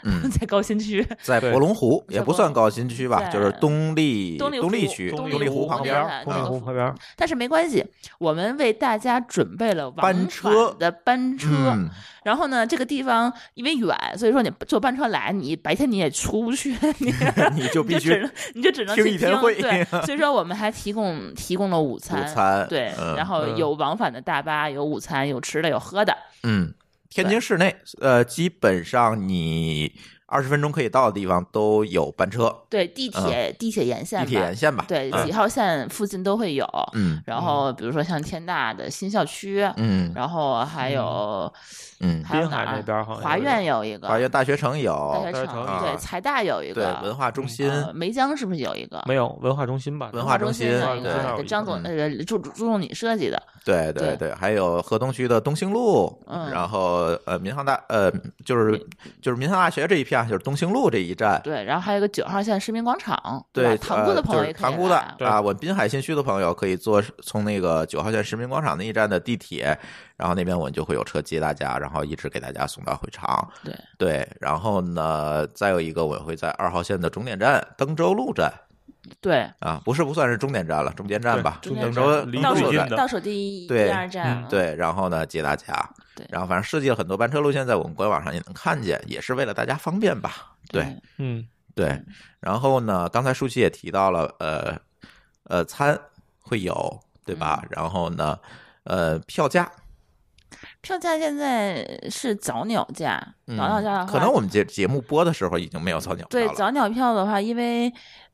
Speaker 1: 嗯
Speaker 2: 在高新区。
Speaker 1: 在
Speaker 3: 对
Speaker 1: 博龙湖
Speaker 2: 在
Speaker 1: 也不算高新区吧，
Speaker 2: 在
Speaker 1: 就是东丽
Speaker 2: 东丽湖
Speaker 1: 丽区东
Speaker 2: 东丽
Speaker 1: 丽
Speaker 2: 湖
Speaker 1: 湖旁
Speaker 2: 那
Speaker 1: 边
Speaker 2: 边
Speaker 1: 儿
Speaker 2: 儿。
Speaker 3: 东丽
Speaker 2: 那
Speaker 1: 嗯
Speaker 2: 个
Speaker 3: 湖旁边儿，
Speaker 2: 但是没关系，我们为大家准备了往
Speaker 1: 班
Speaker 2: 返
Speaker 1: 车
Speaker 2: 的班车。
Speaker 1: 嗯，
Speaker 2: 然后呢，这个地方因为远，所以说你坐班车来，你白天你也出不去，你
Speaker 1: 你 就
Speaker 2: 你
Speaker 1: 必
Speaker 2: 就只
Speaker 1: 须
Speaker 2: 能你就只能
Speaker 1: 听
Speaker 2: 去
Speaker 1: 一天会
Speaker 2: 对，所以说我们还提供提供了午
Speaker 1: 午
Speaker 2: 餐。
Speaker 1: 餐。
Speaker 2: 对，
Speaker 1: 嗯
Speaker 2: 然后
Speaker 3: 嗯
Speaker 2: 有往返的大巴，有午餐，有吃的，有喝的，
Speaker 1: 嗯，天津市内呃，基本上你二十分钟可以到的地方都有班车，
Speaker 2: 对，地铁、地铁沿线
Speaker 1: 嗯地
Speaker 2: 吧，
Speaker 1: 铁沿线吧。
Speaker 2: 对，
Speaker 1: 嗯
Speaker 2: 几号线附近都会有。
Speaker 1: 嗯
Speaker 2: 然后比如说像天大的新校区，
Speaker 1: 嗯
Speaker 2: 然后还有、
Speaker 1: 嗯，
Speaker 2: 还有
Speaker 3: 滨
Speaker 2: 哪
Speaker 3: 海
Speaker 2: 儿啊
Speaker 3: 那边儿好像
Speaker 2: 华
Speaker 3: 有
Speaker 2: 苑有一个，
Speaker 1: 华苑大学城
Speaker 2: 大
Speaker 1: 有
Speaker 2: 学，
Speaker 3: 大学
Speaker 2: 城、
Speaker 1: 城啊
Speaker 2: 对，财大有一
Speaker 1: 对，
Speaker 2: 个，
Speaker 1: 文化中心，
Speaker 2: 呃，梅江是不是有一个？
Speaker 3: 没有文化中心吧？
Speaker 1: 文
Speaker 2: 文
Speaker 1: 化
Speaker 2: 化
Speaker 1: 中
Speaker 2: 心
Speaker 1: 心啊
Speaker 2: 有一
Speaker 1: 对
Speaker 2: 个，
Speaker 3: 对
Speaker 2: 给张总
Speaker 1: 嗯
Speaker 2: 呃注注重你设计的，
Speaker 1: 对对
Speaker 2: 对
Speaker 1: 对，还有河东区的东兴路，
Speaker 2: 嗯
Speaker 1: 然后呃民航大呃就是就是民航大学这一片，就是东兴路这一站。
Speaker 2: 对，然后还有一个九号线市民广场，
Speaker 1: 对，
Speaker 2: 吧塘沽
Speaker 1: 呃
Speaker 2: 的朋友
Speaker 1: 就是
Speaker 2: 也可以
Speaker 1: 塘沽的
Speaker 2: 来
Speaker 3: 对
Speaker 1: 啊，我滨海新区的朋友可以坐从那个九号线市民广场那一站的地铁，然后那边我们就会有车接大家，然后一直给大家送到会场。
Speaker 2: 对
Speaker 1: 对，然后呢，再有一个我会在二号线的终点站登州路站
Speaker 2: 对，
Speaker 1: 啊，不是不算是终点站了，中间站吧，
Speaker 2: 中
Speaker 1: 登
Speaker 2: 间
Speaker 1: 州
Speaker 2: 站
Speaker 1: 登
Speaker 3: 离
Speaker 1: 州
Speaker 2: 倒
Speaker 3: 最
Speaker 1: 路
Speaker 2: 数
Speaker 3: 近
Speaker 1: 站
Speaker 3: 的
Speaker 2: 倒数第一、
Speaker 1: 对
Speaker 2: 第二站，
Speaker 3: 嗯，
Speaker 1: 对，然后呢接大家，
Speaker 2: 啊对
Speaker 1: 然后反正设计了很多班车路线，在我们官网上也能看见，也是为了大家方便吧。对，
Speaker 2: 对，
Speaker 3: 嗯，
Speaker 1: 对，然后呢，刚才舒淇也提到了，呃呃，餐会有对
Speaker 2: 嗯
Speaker 1: 吧？然后呢，呃，票价，
Speaker 2: 票价现在是早鸟价，
Speaker 1: 嗯
Speaker 2: 早鸟价的话，
Speaker 1: 可能我们节节目播的时候已经没有早鸟
Speaker 2: 对
Speaker 1: 票了，
Speaker 2: 早鸟票的话，因为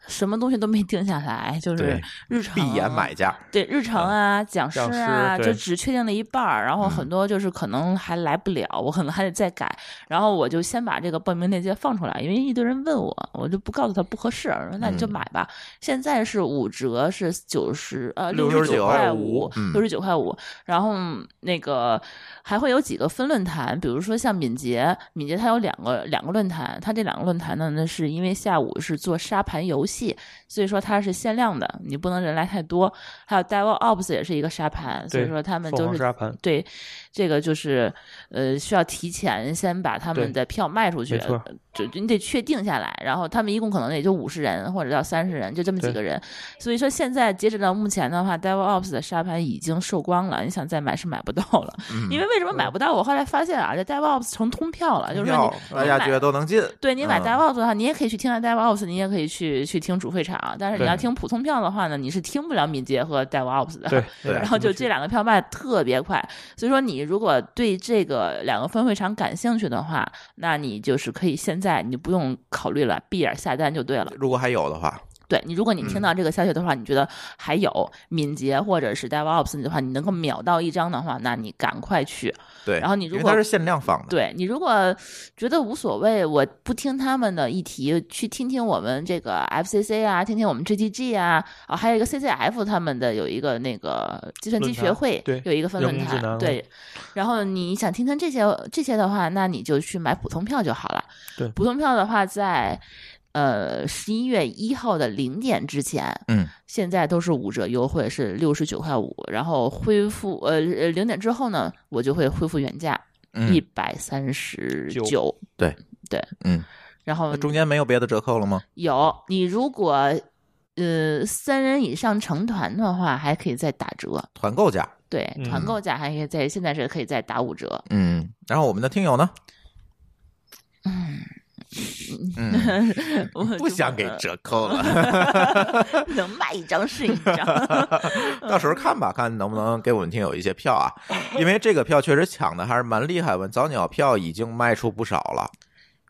Speaker 2: 什么东西都没定下来，就是
Speaker 1: 对
Speaker 2: 日常
Speaker 1: 闭眼买嗯价，
Speaker 2: 对日程啊、讲师
Speaker 3: 讲师
Speaker 2: 啊，就
Speaker 3: 对
Speaker 2: 只确定了一半儿，然后
Speaker 1: 嗯
Speaker 2: 很多就是可能还来不了，我可能还得再改，然后我就先把这个报名链接放出来，因为一堆人问我，我就不告诉他不合适，我说那你就
Speaker 1: 嗯
Speaker 2: 买吧。现在是五折，是九十呃十
Speaker 1: 69
Speaker 2: 块
Speaker 1: 块五嗯
Speaker 2: 六十九块五，然后那个还会有几个分论坛，比如说像敏捷，敏捷它有两个两个论坛，它这两个论坛呢，那是因为下午是做沙盘游戏，所以说它是限量的，你不能人来太多。还有 Devil Ops 也是一个沙盘，所以
Speaker 3: 对
Speaker 2: 说他们
Speaker 3: 凤
Speaker 2: 都
Speaker 3: 凰
Speaker 2: 是
Speaker 3: 沙盘，
Speaker 2: 对，这个就是呃，需要提前先把他们
Speaker 3: 对
Speaker 2: 的票卖出去
Speaker 3: 没错，
Speaker 2: 就就你得确定下来。然后他们一共可能也就五十人或者到三十人，就这么几
Speaker 3: 对
Speaker 2: 个人。所以说现在截止到目前的话，DevOps 的沙盘已经售光了，你想再买是买不到了。
Speaker 1: 嗯
Speaker 2: 因为为什么买不到？我后来发现啊，这 DevOps 成通票了，就是说
Speaker 1: 票
Speaker 2: 你
Speaker 1: 大家觉得都能进，
Speaker 2: 对你买
Speaker 1: 嗯
Speaker 2: DevOps 的话，你也可以去听下 DevOps，你也可以去去听主会场。但是你
Speaker 3: 对
Speaker 2: 要听普通票的话呢，你是听不了敏捷和 DevOps 的。
Speaker 3: 对，
Speaker 1: 对
Speaker 2: 然后就这两个票卖得特别快，所以说你如果对这个两个分会场感兴趣的话，那你就是可以现在你不用考虑了，闭眼下单就对了。
Speaker 1: 如果还有的话，
Speaker 2: 对你，如果你
Speaker 3: 嗯
Speaker 2: 听到这个消息的话，你觉得还有敏捷或者是 DevOps 的话，你能够秒到一张的话，那你赶快去。
Speaker 1: 对，
Speaker 2: 然后你如
Speaker 1: 因为
Speaker 2: 果
Speaker 1: 它是限量放的，
Speaker 2: 对你如果觉得无所谓，我不听他们的议题，去听听我们这个 FCC 啊，听听我们 GTG 啊，啊，还有一个 CCF 他们的有一个那个计算机
Speaker 3: 论坛
Speaker 2: 学会，
Speaker 3: 对
Speaker 2: 有一个分
Speaker 3: 人
Speaker 2: 论
Speaker 3: 工智
Speaker 2: 坛，
Speaker 3: 能
Speaker 2: 对。然后你想听听这些这些的话，那你就去买普通票就好了。
Speaker 3: 对
Speaker 2: 普通票的话在。呃，十一月一号的零点之前，
Speaker 1: 嗯，
Speaker 2: 现在都是五折优惠，是六十九块五。然后恢复呃呃零点之后呢，我就会恢复原价，一
Speaker 1: 嗯
Speaker 2: 百三十九
Speaker 3: 九。
Speaker 1: 嗯，
Speaker 2: 然后
Speaker 1: 那中间没有别的折扣了吗？
Speaker 2: 有你如果呃三人以上成团的话，还可以再打折。
Speaker 1: 团购价，
Speaker 2: 对，
Speaker 3: 嗯
Speaker 2: 团购价还可以在现在是可以再打 五折。
Speaker 1: 嗯，然后我们的听友呢， 嗯，
Speaker 2: 我
Speaker 1: 不
Speaker 2: 就
Speaker 1: 想给折扣了，
Speaker 2: 能卖一张是一 张。
Speaker 1: 到时候看吧，看能不能给我们听友一些票 啊，因为这个票确实抢的还是蛮厉害的，早鸟票已经卖出不少了，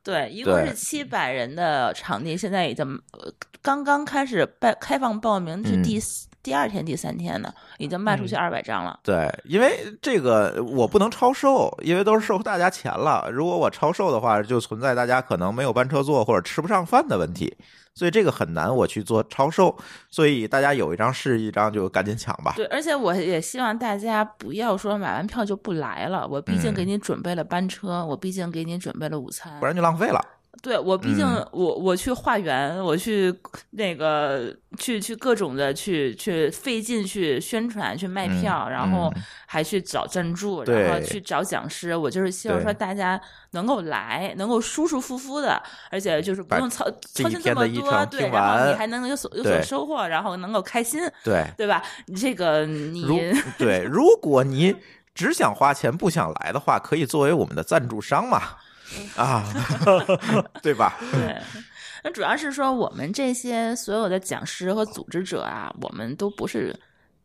Speaker 2: 对，一共
Speaker 1: 对
Speaker 2: 是七百人的场地，现在已经呃刚刚开始办开放报名，是
Speaker 1: 嗯
Speaker 2: 第四第二天、第三天呢，已经卖出去二百张了。
Speaker 1: 对，因为这个我不能超售，因为都是收大家钱了。如果我超售的话，就存在大家可能没有班车坐或者吃不上饭的问题，所以这个很难我去做超售。所以大家有一张是一张，就赶紧抢吧。
Speaker 2: 对，而且我也希望大家不要说买完票就不来了。我毕竟给
Speaker 1: 嗯
Speaker 2: 你准备了班车，我毕竟给你准备了午餐
Speaker 1: 不，然就浪费了。
Speaker 2: 对我毕竟
Speaker 1: 嗯
Speaker 2: 我我去化缘，我去那个去去各种的去去费劲去宣传去卖票，
Speaker 1: 嗯
Speaker 2: 然后
Speaker 1: 嗯
Speaker 2: 还去找赞助，
Speaker 1: 对
Speaker 2: 然后去找讲师。我就是希望
Speaker 1: 对
Speaker 2: 说大家能够来，能够舒舒服服的，而且就是不
Speaker 1: 把
Speaker 2: 用操
Speaker 1: 这
Speaker 2: 操
Speaker 1: 一
Speaker 2: 心这
Speaker 1: 天
Speaker 2: 么
Speaker 1: 的议
Speaker 2: 多，
Speaker 1: 程
Speaker 2: 对，
Speaker 1: 听
Speaker 2: 然后你
Speaker 1: 完
Speaker 2: 还能有所有
Speaker 1: 对
Speaker 2: 所收获，然后能够开心，
Speaker 1: 对，
Speaker 2: 对吧？你这个你
Speaker 1: 如对，如果你只想花钱不想来的话，可以作为我们的赞助商嘛，
Speaker 2: 嗯
Speaker 1: 啊，对吧？
Speaker 2: 对，那主要是说我们这些所有的讲师和组织者啊，我们都不是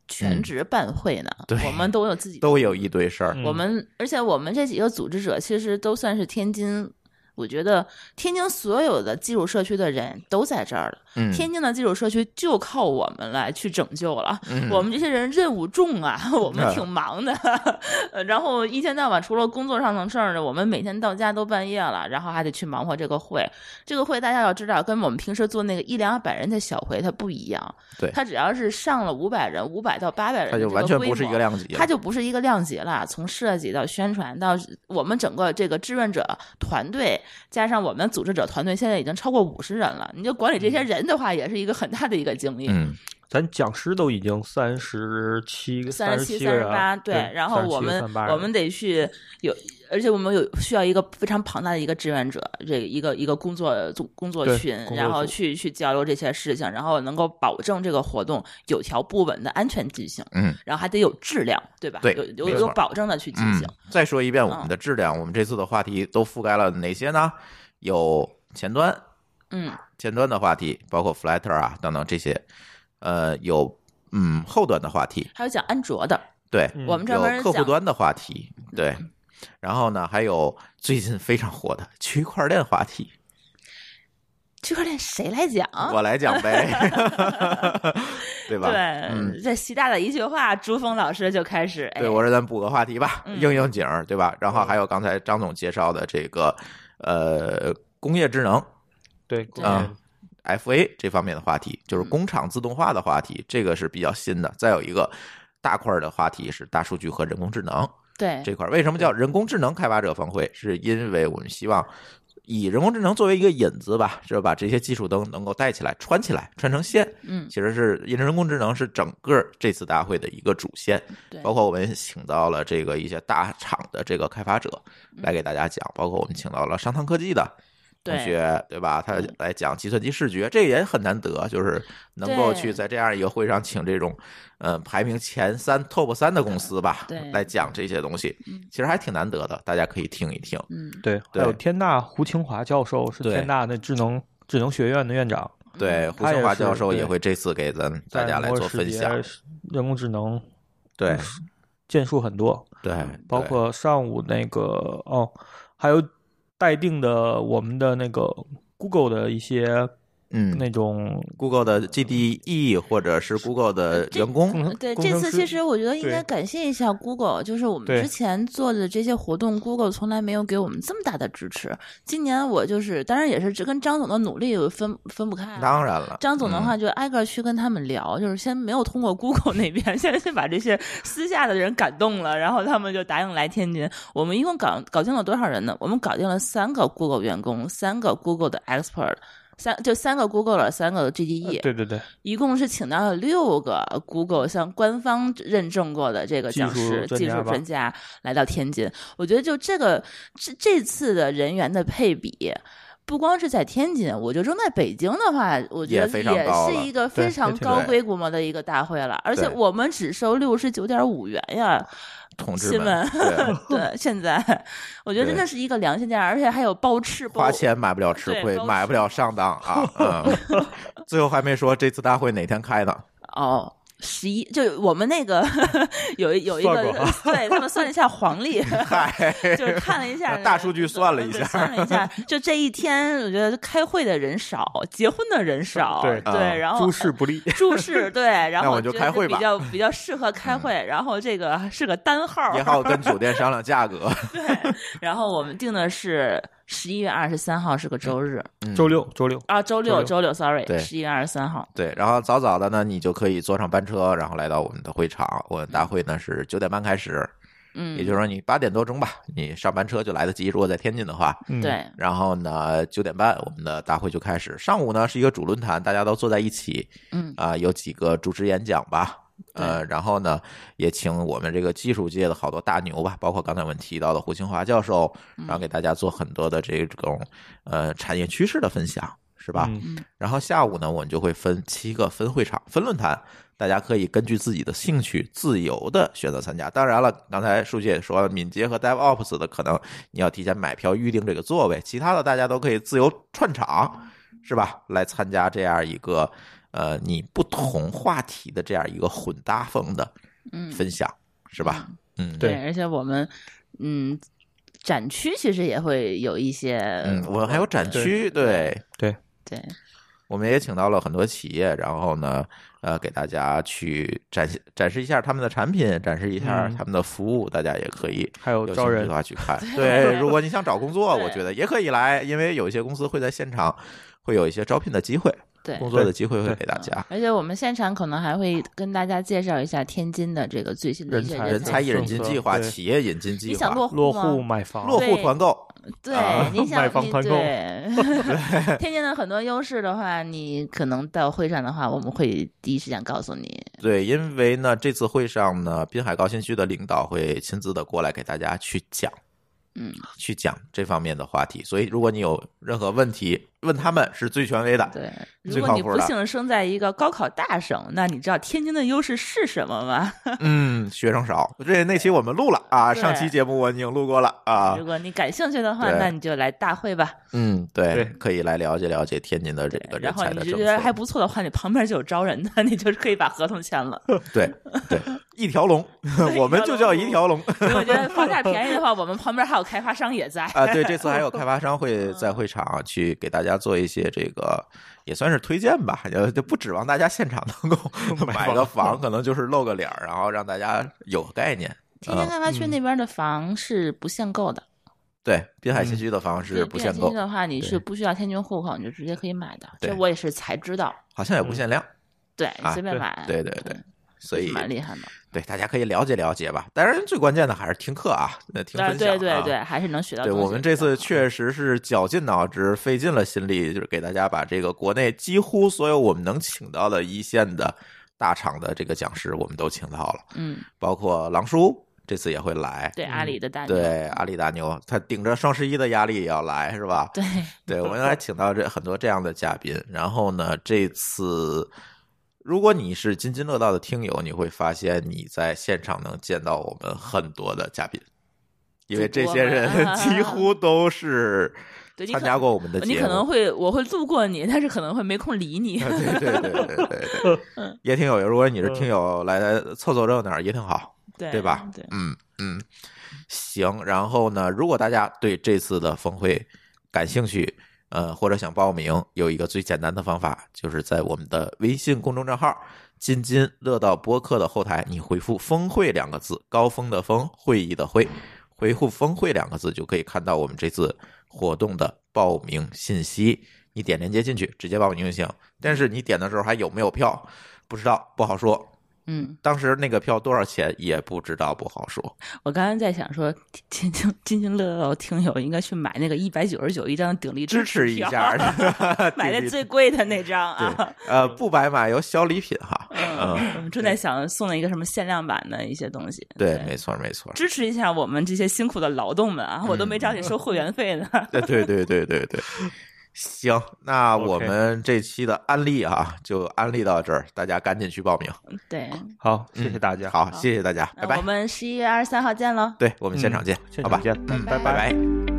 Speaker 2: 全
Speaker 1: 嗯
Speaker 2: 职办会的，
Speaker 1: 对
Speaker 2: 我们都有自己的
Speaker 1: 都有一堆事儿，
Speaker 3: 嗯
Speaker 2: 我们而且我们这几个组织者其实都算是天津，我觉得天津所有的技术社区的人都在这儿了。
Speaker 1: 嗯，
Speaker 2: 天津的技术社区就靠我们来去拯救 了。
Speaker 1: 嗯
Speaker 2: 我们这些人任务重啊， 我们
Speaker 1: 嗯
Speaker 2: 挺忙的， 呃然后一天到晚除了工作上的事儿呢，我们每天到家都半夜了，然后还得去忙活这个会。这个会大家要知道，跟我们平时做那个一两百人的小会它不一样。
Speaker 1: 对
Speaker 2: 它只要是上了五百人、五百到八百人，
Speaker 1: 它就完全不是一个。量级了，
Speaker 2: 它就不是一个量级了，从设计到宣传到我们整个这个志愿者团队，加上我们组织者团队，现在已经超过五十人了。你就管理这些人的话，也是一个很大的一个经历。
Speaker 1: 嗯
Speaker 3: 咱讲师都已经三十七、
Speaker 2: 三十
Speaker 3: 十
Speaker 2: 七、
Speaker 3: 个
Speaker 2: 三十
Speaker 1: 啊
Speaker 3: 人啊
Speaker 2: 八，
Speaker 3: 了，
Speaker 2: 对，然后我们我们得去有，而且我们有需要一个非常庞大的一个志愿者，这一个一个工作组工作
Speaker 3: 对
Speaker 2: 群
Speaker 3: 工，作
Speaker 2: 然后
Speaker 3: 组
Speaker 2: 去去交流这些事情，然后能够保证这个活动有条不紊的安全进行，
Speaker 1: 嗯。
Speaker 2: 然后还得有质量，对吧？
Speaker 1: 对
Speaker 2: 有
Speaker 1: 没
Speaker 2: 有有
Speaker 1: 错
Speaker 2: 保证的去进行。
Speaker 1: 嗯。再说一遍我们的质量，我们这次的话题都覆盖了哪些呢？有前端、
Speaker 2: 嗯
Speaker 1: 前端的话题，包括 Flutter 啊等等这些，呃，有嗯后端的话题，
Speaker 2: 还有讲安卓的，
Speaker 1: 对，
Speaker 3: 嗯
Speaker 2: 我们专门
Speaker 1: 有客户
Speaker 2: 讲嗯
Speaker 1: 端的话题，对，然后呢，还有最近非常火的区块链话题，
Speaker 2: 区块链谁来讲？
Speaker 1: 我来讲 呗，对吧？
Speaker 2: 啊对，
Speaker 1: 嗯，
Speaker 2: 这习大大一句话，朱峰老师就开始，哎
Speaker 1: 对，，我说咱补个话题吧，
Speaker 2: 嗯
Speaker 1: 应应景儿，对吧？然后还有刚才张总介绍的这个呃工业智能
Speaker 3: 对嗯
Speaker 2: 对
Speaker 1: 啊、FA 这方面的话题，
Speaker 2: 嗯
Speaker 1: 就是工厂自动化的话题，这个是比较新的。再有一个大块儿的话题是大数据和人工智能
Speaker 2: 哎对，
Speaker 1: 这块儿。为什么叫人工智能开发者峰会？是因为我们希望以人工智能作为一个引子吧，就是把这些技术都能够带起来、穿起来、穿成线。
Speaker 2: 嗯，
Speaker 1: 其实是因为人工智能是整个这次大会的一个主线，
Speaker 2: 对，
Speaker 1: 包括我们请到了这个一些大厂的这个开发者来给大家讲，包括我们请到了商汤科技的同
Speaker 2: 对
Speaker 1: 学，对吧？他
Speaker 2: 嗯
Speaker 1: 来讲计算机视觉，这也很难得，就是能够
Speaker 2: 对
Speaker 1: 去在这样一个会上请这种，呃，排名前三 top 三的公司吧
Speaker 2: 对，
Speaker 1: 来讲这些东西
Speaker 2: 嗯，
Speaker 1: 其实还挺难得的，大家可以听一听。
Speaker 2: 嗯，
Speaker 3: 对，
Speaker 1: 对
Speaker 3: 还有天大胡清华教授是
Speaker 1: 对
Speaker 3: 天大那智能智能学院的院长，
Speaker 2: 嗯
Speaker 1: 对，胡
Speaker 3: 他
Speaker 1: 清
Speaker 3: 也
Speaker 1: 华
Speaker 3: 是
Speaker 1: 教授也
Speaker 3: 对
Speaker 1: 会这次给咱大
Speaker 3: 在
Speaker 1: 家来
Speaker 3: 摩尔
Speaker 1: 做
Speaker 3: 世
Speaker 1: 分
Speaker 3: 界
Speaker 1: 享。
Speaker 3: 人工智能
Speaker 1: 对
Speaker 3: 建树很多，
Speaker 1: 对，
Speaker 3: 嗯包
Speaker 1: 哎对
Speaker 3: 括上午那个哦，还有待定的我们的那个 Google 的一些
Speaker 1: 嗯
Speaker 3: 那种，
Speaker 1: ，Google 的 GDE 或者是 Google 的员工，
Speaker 3: 程
Speaker 2: 对，
Speaker 3: 工
Speaker 2: 呃这
Speaker 3: 程
Speaker 2: 次
Speaker 3: 师
Speaker 2: 其实我觉得应该
Speaker 3: 对
Speaker 2: 感谢一下 Google，就是我们
Speaker 3: 对
Speaker 2: 之前做的这些活动，Google 从来没有给我们这么大的支持。今年我就是，当然也是这跟张总的努力分分不开啊、
Speaker 1: 当然了，
Speaker 2: 张总的
Speaker 1: 嗯
Speaker 2: 话就挨个去跟他们聊，就是先没有通过 Google 那边，先先把这些私下的人感动了，然后他们就答应来天津。我们一共搞搞定了多少人呢？我们搞定了三个 Google 员工，三个 Google 的 expert，三就三个 Google 了，三个 GDE，、
Speaker 3: 对对对，
Speaker 2: 一共是请到了六个 Google 像官方认证过的这个讲师、
Speaker 3: 技术专
Speaker 2: 技
Speaker 3: 家
Speaker 2: 术
Speaker 3: 吧
Speaker 2: 专家来到天津。我觉得就这个这这次的人员的配比。不光是在天津，我觉得扔在北京的话，我觉
Speaker 1: 也
Speaker 2: 得
Speaker 1: 非
Speaker 2: 也
Speaker 1: 常高
Speaker 2: 是
Speaker 1: 了
Speaker 2: 一个
Speaker 3: 对
Speaker 2: 非常
Speaker 3: 也挺
Speaker 2: 高
Speaker 1: 对
Speaker 2: 规规模的一个大会了。而且
Speaker 1: 对
Speaker 2: 我们只收六十九点五元呀，
Speaker 1: 同志
Speaker 2: 亲
Speaker 1: 们
Speaker 2: 们，
Speaker 1: 对
Speaker 2: 对，现在我觉得真的是一个良心价，而且还有包吃包
Speaker 1: 花钱买不了吃
Speaker 2: 对
Speaker 1: 亏，
Speaker 2: 包
Speaker 1: 买不了上当 啊！嗯，最后还没说这次大会哪天开呢？
Speaker 2: 哦。十一就我们那个 有一有一
Speaker 3: 算
Speaker 2: 个
Speaker 3: 过啊，
Speaker 2: 对他们算了一下黄 历，
Speaker 1: 嗨，
Speaker 2: 就是看了一下
Speaker 1: 大数据算了一
Speaker 2: 对
Speaker 1: 下，
Speaker 2: 算了一下，就这一天，我觉得开会的人少，结婚的 人少，
Speaker 3: 对
Speaker 1: 啊
Speaker 2: 然后
Speaker 3: 诸事不利。
Speaker 2: 注 释对，然
Speaker 1: 那
Speaker 2: 后
Speaker 1: 我就
Speaker 2: 觉
Speaker 1: 开
Speaker 2: 得
Speaker 1: 会吧嗯
Speaker 2: 比较比较适合开会，然后这个是个单号，
Speaker 1: 也好跟酒店商量价格。
Speaker 2: 然后我们定的是十一月二十三号是个周日
Speaker 1: 嗯
Speaker 3: 周六，周六，
Speaker 2: 啊，周六，周
Speaker 3: 周
Speaker 2: 六，sorry，
Speaker 1: 对
Speaker 2: 十一月二十三号，
Speaker 1: 对，然后早早的呢，你就可以坐上班车，然后来到我们的会场。我们大会呢是九点半开始，
Speaker 2: 嗯，
Speaker 1: 也就是说你八点多钟吧，你上班车就来得及。如果在天津的话，
Speaker 3: 嗯，
Speaker 2: 对，
Speaker 1: 然后呢九点半我们的大会就开始。上午呢是一个主论坛，大家都坐在一起，
Speaker 2: 嗯
Speaker 1: 啊、有几个主持演讲吧。呃，然后呢，也请我们这个技术界的好多大牛吧，包括刚才我们提到的胡清华教授，然后给大家做很多的这种呃产业趋势的分享，是吧？
Speaker 3: 嗯
Speaker 1: 然后下午呢，我们就会分七个分会场、分论坛，大家可以根据自己的兴趣自由的选择参加。当然了，刚才书记也说了，敏捷和 DevOps 的可能你要提前买票预定这个座位，其他的大家都可以自由串场，是吧？来参加这样一个呃你不同话题的这样一个混搭风的
Speaker 2: 嗯，
Speaker 1: 分享，是吧？嗯，
Speaker 3: 对
Speaker 2: 而且我们嗯，展区其实也会有一些，
Speaker 1: 嗯，我们还有展区，对，
Speaker 2: 对，
Speaker 1: 我们也请到了很多企业，然后呢，呃，给大家去展现展示一下他们的产品，展示一下
Speaker 3: 嗯
Speaker 1: 他们的服务，大家也可以
Speaker 3: 还
Speaker 1: 有
Speaker 3: 有
Speaker 1: 兴
Speaker 3: 招
Speaker 1: 趣
Speaker 3: 人
Speaker 1: 的，话去 看。
Speaker 2: 对
Speaker 1: 对，如果你想找工作，
Speaker 2: 对
Speaker 1: 我觉得也可以来，因为有一些公司会在现场会有一些招聘的机会，
Speaker 2: 对
Speaker 1: 工作的机会
Speaker 3: 对
Speaker 1: 会给大家。
Speaker 2: 啊而且我们现场可能还会跟大家介绍一下天津的这个最新的一些
Speaker 3: 人才
Speaker 1: 人才
Speaker 2: 才。
Speaker 1: 引进计划、
Speaker 3: 对
Speaker 1: 企业引进计
Speaker 2: 你想
Speaker 1: 划
Speaker 2: 落、
Speaker 3: 落
Speaker 2: 吗？
Speaker 3: 户买房，
Speaker 1: 落户
Speaker 2: 对
Speaker 1: 团购，
Speaker 2: 对
Speaker 1: 啊，
Speaker 2: 你想
Speaker 3: 卖方
Speaker 2: 你
Speaker 3: 团购
Speaker 2: 对 天津的很多优势的话，你可能到会上的话，我们会第一时间告诉你。
Speaker 1: 对，因为呢，这次会上呢，滨海高新区的领导会亲自的过来给大家去讲
Speaker 2: 嗯，
Speaker 1: 去讲这方面的话题。所以，如果你有任何问题，问他们是最权威的。
Speaker 2: 对。
Speaker 1: 哎最
Speaker 2: 如
Speaker 1: 靠
Speaker 2: 果你
Speaker 1: 谱
Speaker 2: 不
Speaker 1: 的
Speaker 2: 幸生在一个高考大省，那你知道天津的优势是什么吗？
Speaker 1: 嗯，学生少，这那期我们录了啊，
Speaker 2: 对
Speaker 1: 上期节目我已经录过了啊
Speaker 2: 如。果你感兴趣的话，
Speaker 1: 对
Speaker 2: 那你就来大会吧。
Speaker 1: 嗯，对，
Speaker 3: 对
Speaker 1: 可以来了解了解天津的这个，
Speaker 2: 对
Speaker 1: 人
Speaker 2: 然后
Speaker 1: 才的
Speaker 2: 你
Speaker 1: 政
Speaker 2: 觉得还
Speaker 1: 策。
Speaker 2: 不错的话，你旁边就有招人的，你就是可以把合同 签了。
Speaker 1: 对 对，一条龙， 我们就叫一条龙
Speaker 2: 所以我觉得房价便宜的话，我们旁边还有开发商也在。
Speaker 1: 啊。对，这次还有开发商 会在
Speaker 2: 嗯
Speaker 1: 会场啊去给大家做一些这个。也算是推荐吧，也就不指望大家现场能 够买个房，可能就是露个脸儿，然后让大家
Speaker 2: 嗯
Speaker 1: 有个概念。
Speaker 2: 天津开发
Speaker 1: 嗯
Speaker 2: 区那边的房是不限购的，
Speaker 1: 对，滨海新区的房
Speaker 2: 所以
Speaker 1: 是不
Speaker 2: 滨海
Speaker 1: 限
Speaker 2: 新
Speaker 1: 购
Speaker 2: 区，的话，你是
Speaker 1: 对
Speaker 2: 不需要天津户口，你就直接可以买的。
Speaker 1: 对
Speaker 2: 这我也是才知道，
Speaker 1: 好像也
Speaker 2: 嗯
Speaker 1: 不限量。
Speaker 2: 对，
Speaker 1: 啊
Speaker 2: 随便买。
Speaker 1: 对对对，所以
Speaker 2: 嗯蛮厉害的。
Speaker 1: 对，大家可以了解了解吧。当然，最关键的还是听课啊，那听
Speaker 2: 对
Speaker 1: 分享、啊
Speaker 2: 对对对，。还是能学到
Speaker 1: 对
Speaker 2: 东西的。嗯
Speaker 1: 我们这次确实是绞尽脑汁、费尽了心力，就是给大家把这个国内几乎所有我们能请到的一线的大厂的这个讲师，我们都请到了，
Speaker 2: 嗯，
Speaker 1: 包括狼叔这次也会来，
Speaker 2: 对阿里的大
Speaker 1: 嗯
Speaker 2: 牛
Speaker 1: 对阿里大牛，他顶着双十一的压力也要来，是吧？
Speaker 2: 对
Speaker 1: 对，我们还请到这很多这样的嘉宾。然后呢，这次如果你是津津乐道的听友，你会发现你在现场能见到我们很多的嘉宾，因为这些人
Speaker 2: 主播们
Speaker 1: 几乎都是
Speaker 2: 对，你
Speaker 1: 参
Speaker 2: 可
Speaker 1: 加过我们的节目。
Speaker 2: 你可能会我会路过你，但是可能会没空理 你。
Speaker 1: 对对对对对 对，也挺有。如果你是听友来凑凑热闹也挺好，
Speaker 2: 对
Speaker 1: 对吧
Speaker 2: 对，
Speaker 1: 嗯嗯，行。然后呢，如果大家对这次的峰会感兴趣，呃，或者想报名，有一个最简单的方法，就是在我们的微信公众账号“津津乐道播客”的后台，你回复“峰会”两个字，高峰的峰，会议的会，回复“峰会”两个字就可以看到我们这次活动的报名信息。你点链接进去，直接报名就行。但是你点的时候还有没有票，不知道，不好说。
Speaker 2: 嗯，
Speaker 1: 当时那个票多少钱也不知道，不好说。
Speaker 2: 我刚刚在想说，津津津津乐道的听友应该去买那个一百九十九一张鼎力
Speaker 1: 支持一
Speaker 2: 票
Speaker 1: 下，
Speaker 2: 买
Speaker 1: 对
Speaker 2: 的
Speaker 1: 对
Speaker 2: 最贵的那张
Speaker 1: 对
Speaker 2: 啊。，
Speaker 1: 呃，不白买有小礼品哈。
Speaker 2: 嗯，我们正在想送了一个什么限量版的一些东西。
Speaker 1: 对，没错，没错。
Speaker 2: 支持一下我们这些辛苦的劳动们啊！我都没找你收会员费呢。
Speaker 1: 对呃对对对对对。行，那我们这期的案例啊，就安利到这儿，大家赶紧去报名。
Speaker 2: 对，
Speaker 3: 好，谢谢大家，
Speaker 1: 嗯好，谢谢大家，拜
Speaker 2: 那我
Speaker 1: 拜。
Speaker 2: 们十一月二十三号见喽。
Speaker 1: 对我们现场见，
Speaker 3: 现
Speaker 1: 好
Speaker 3: 场
Speaker 1: 吧，
Speaker 3: 见，
Speaker 1: 嗯，
Speaker 2: 拜
Speaker 1: 拜拜。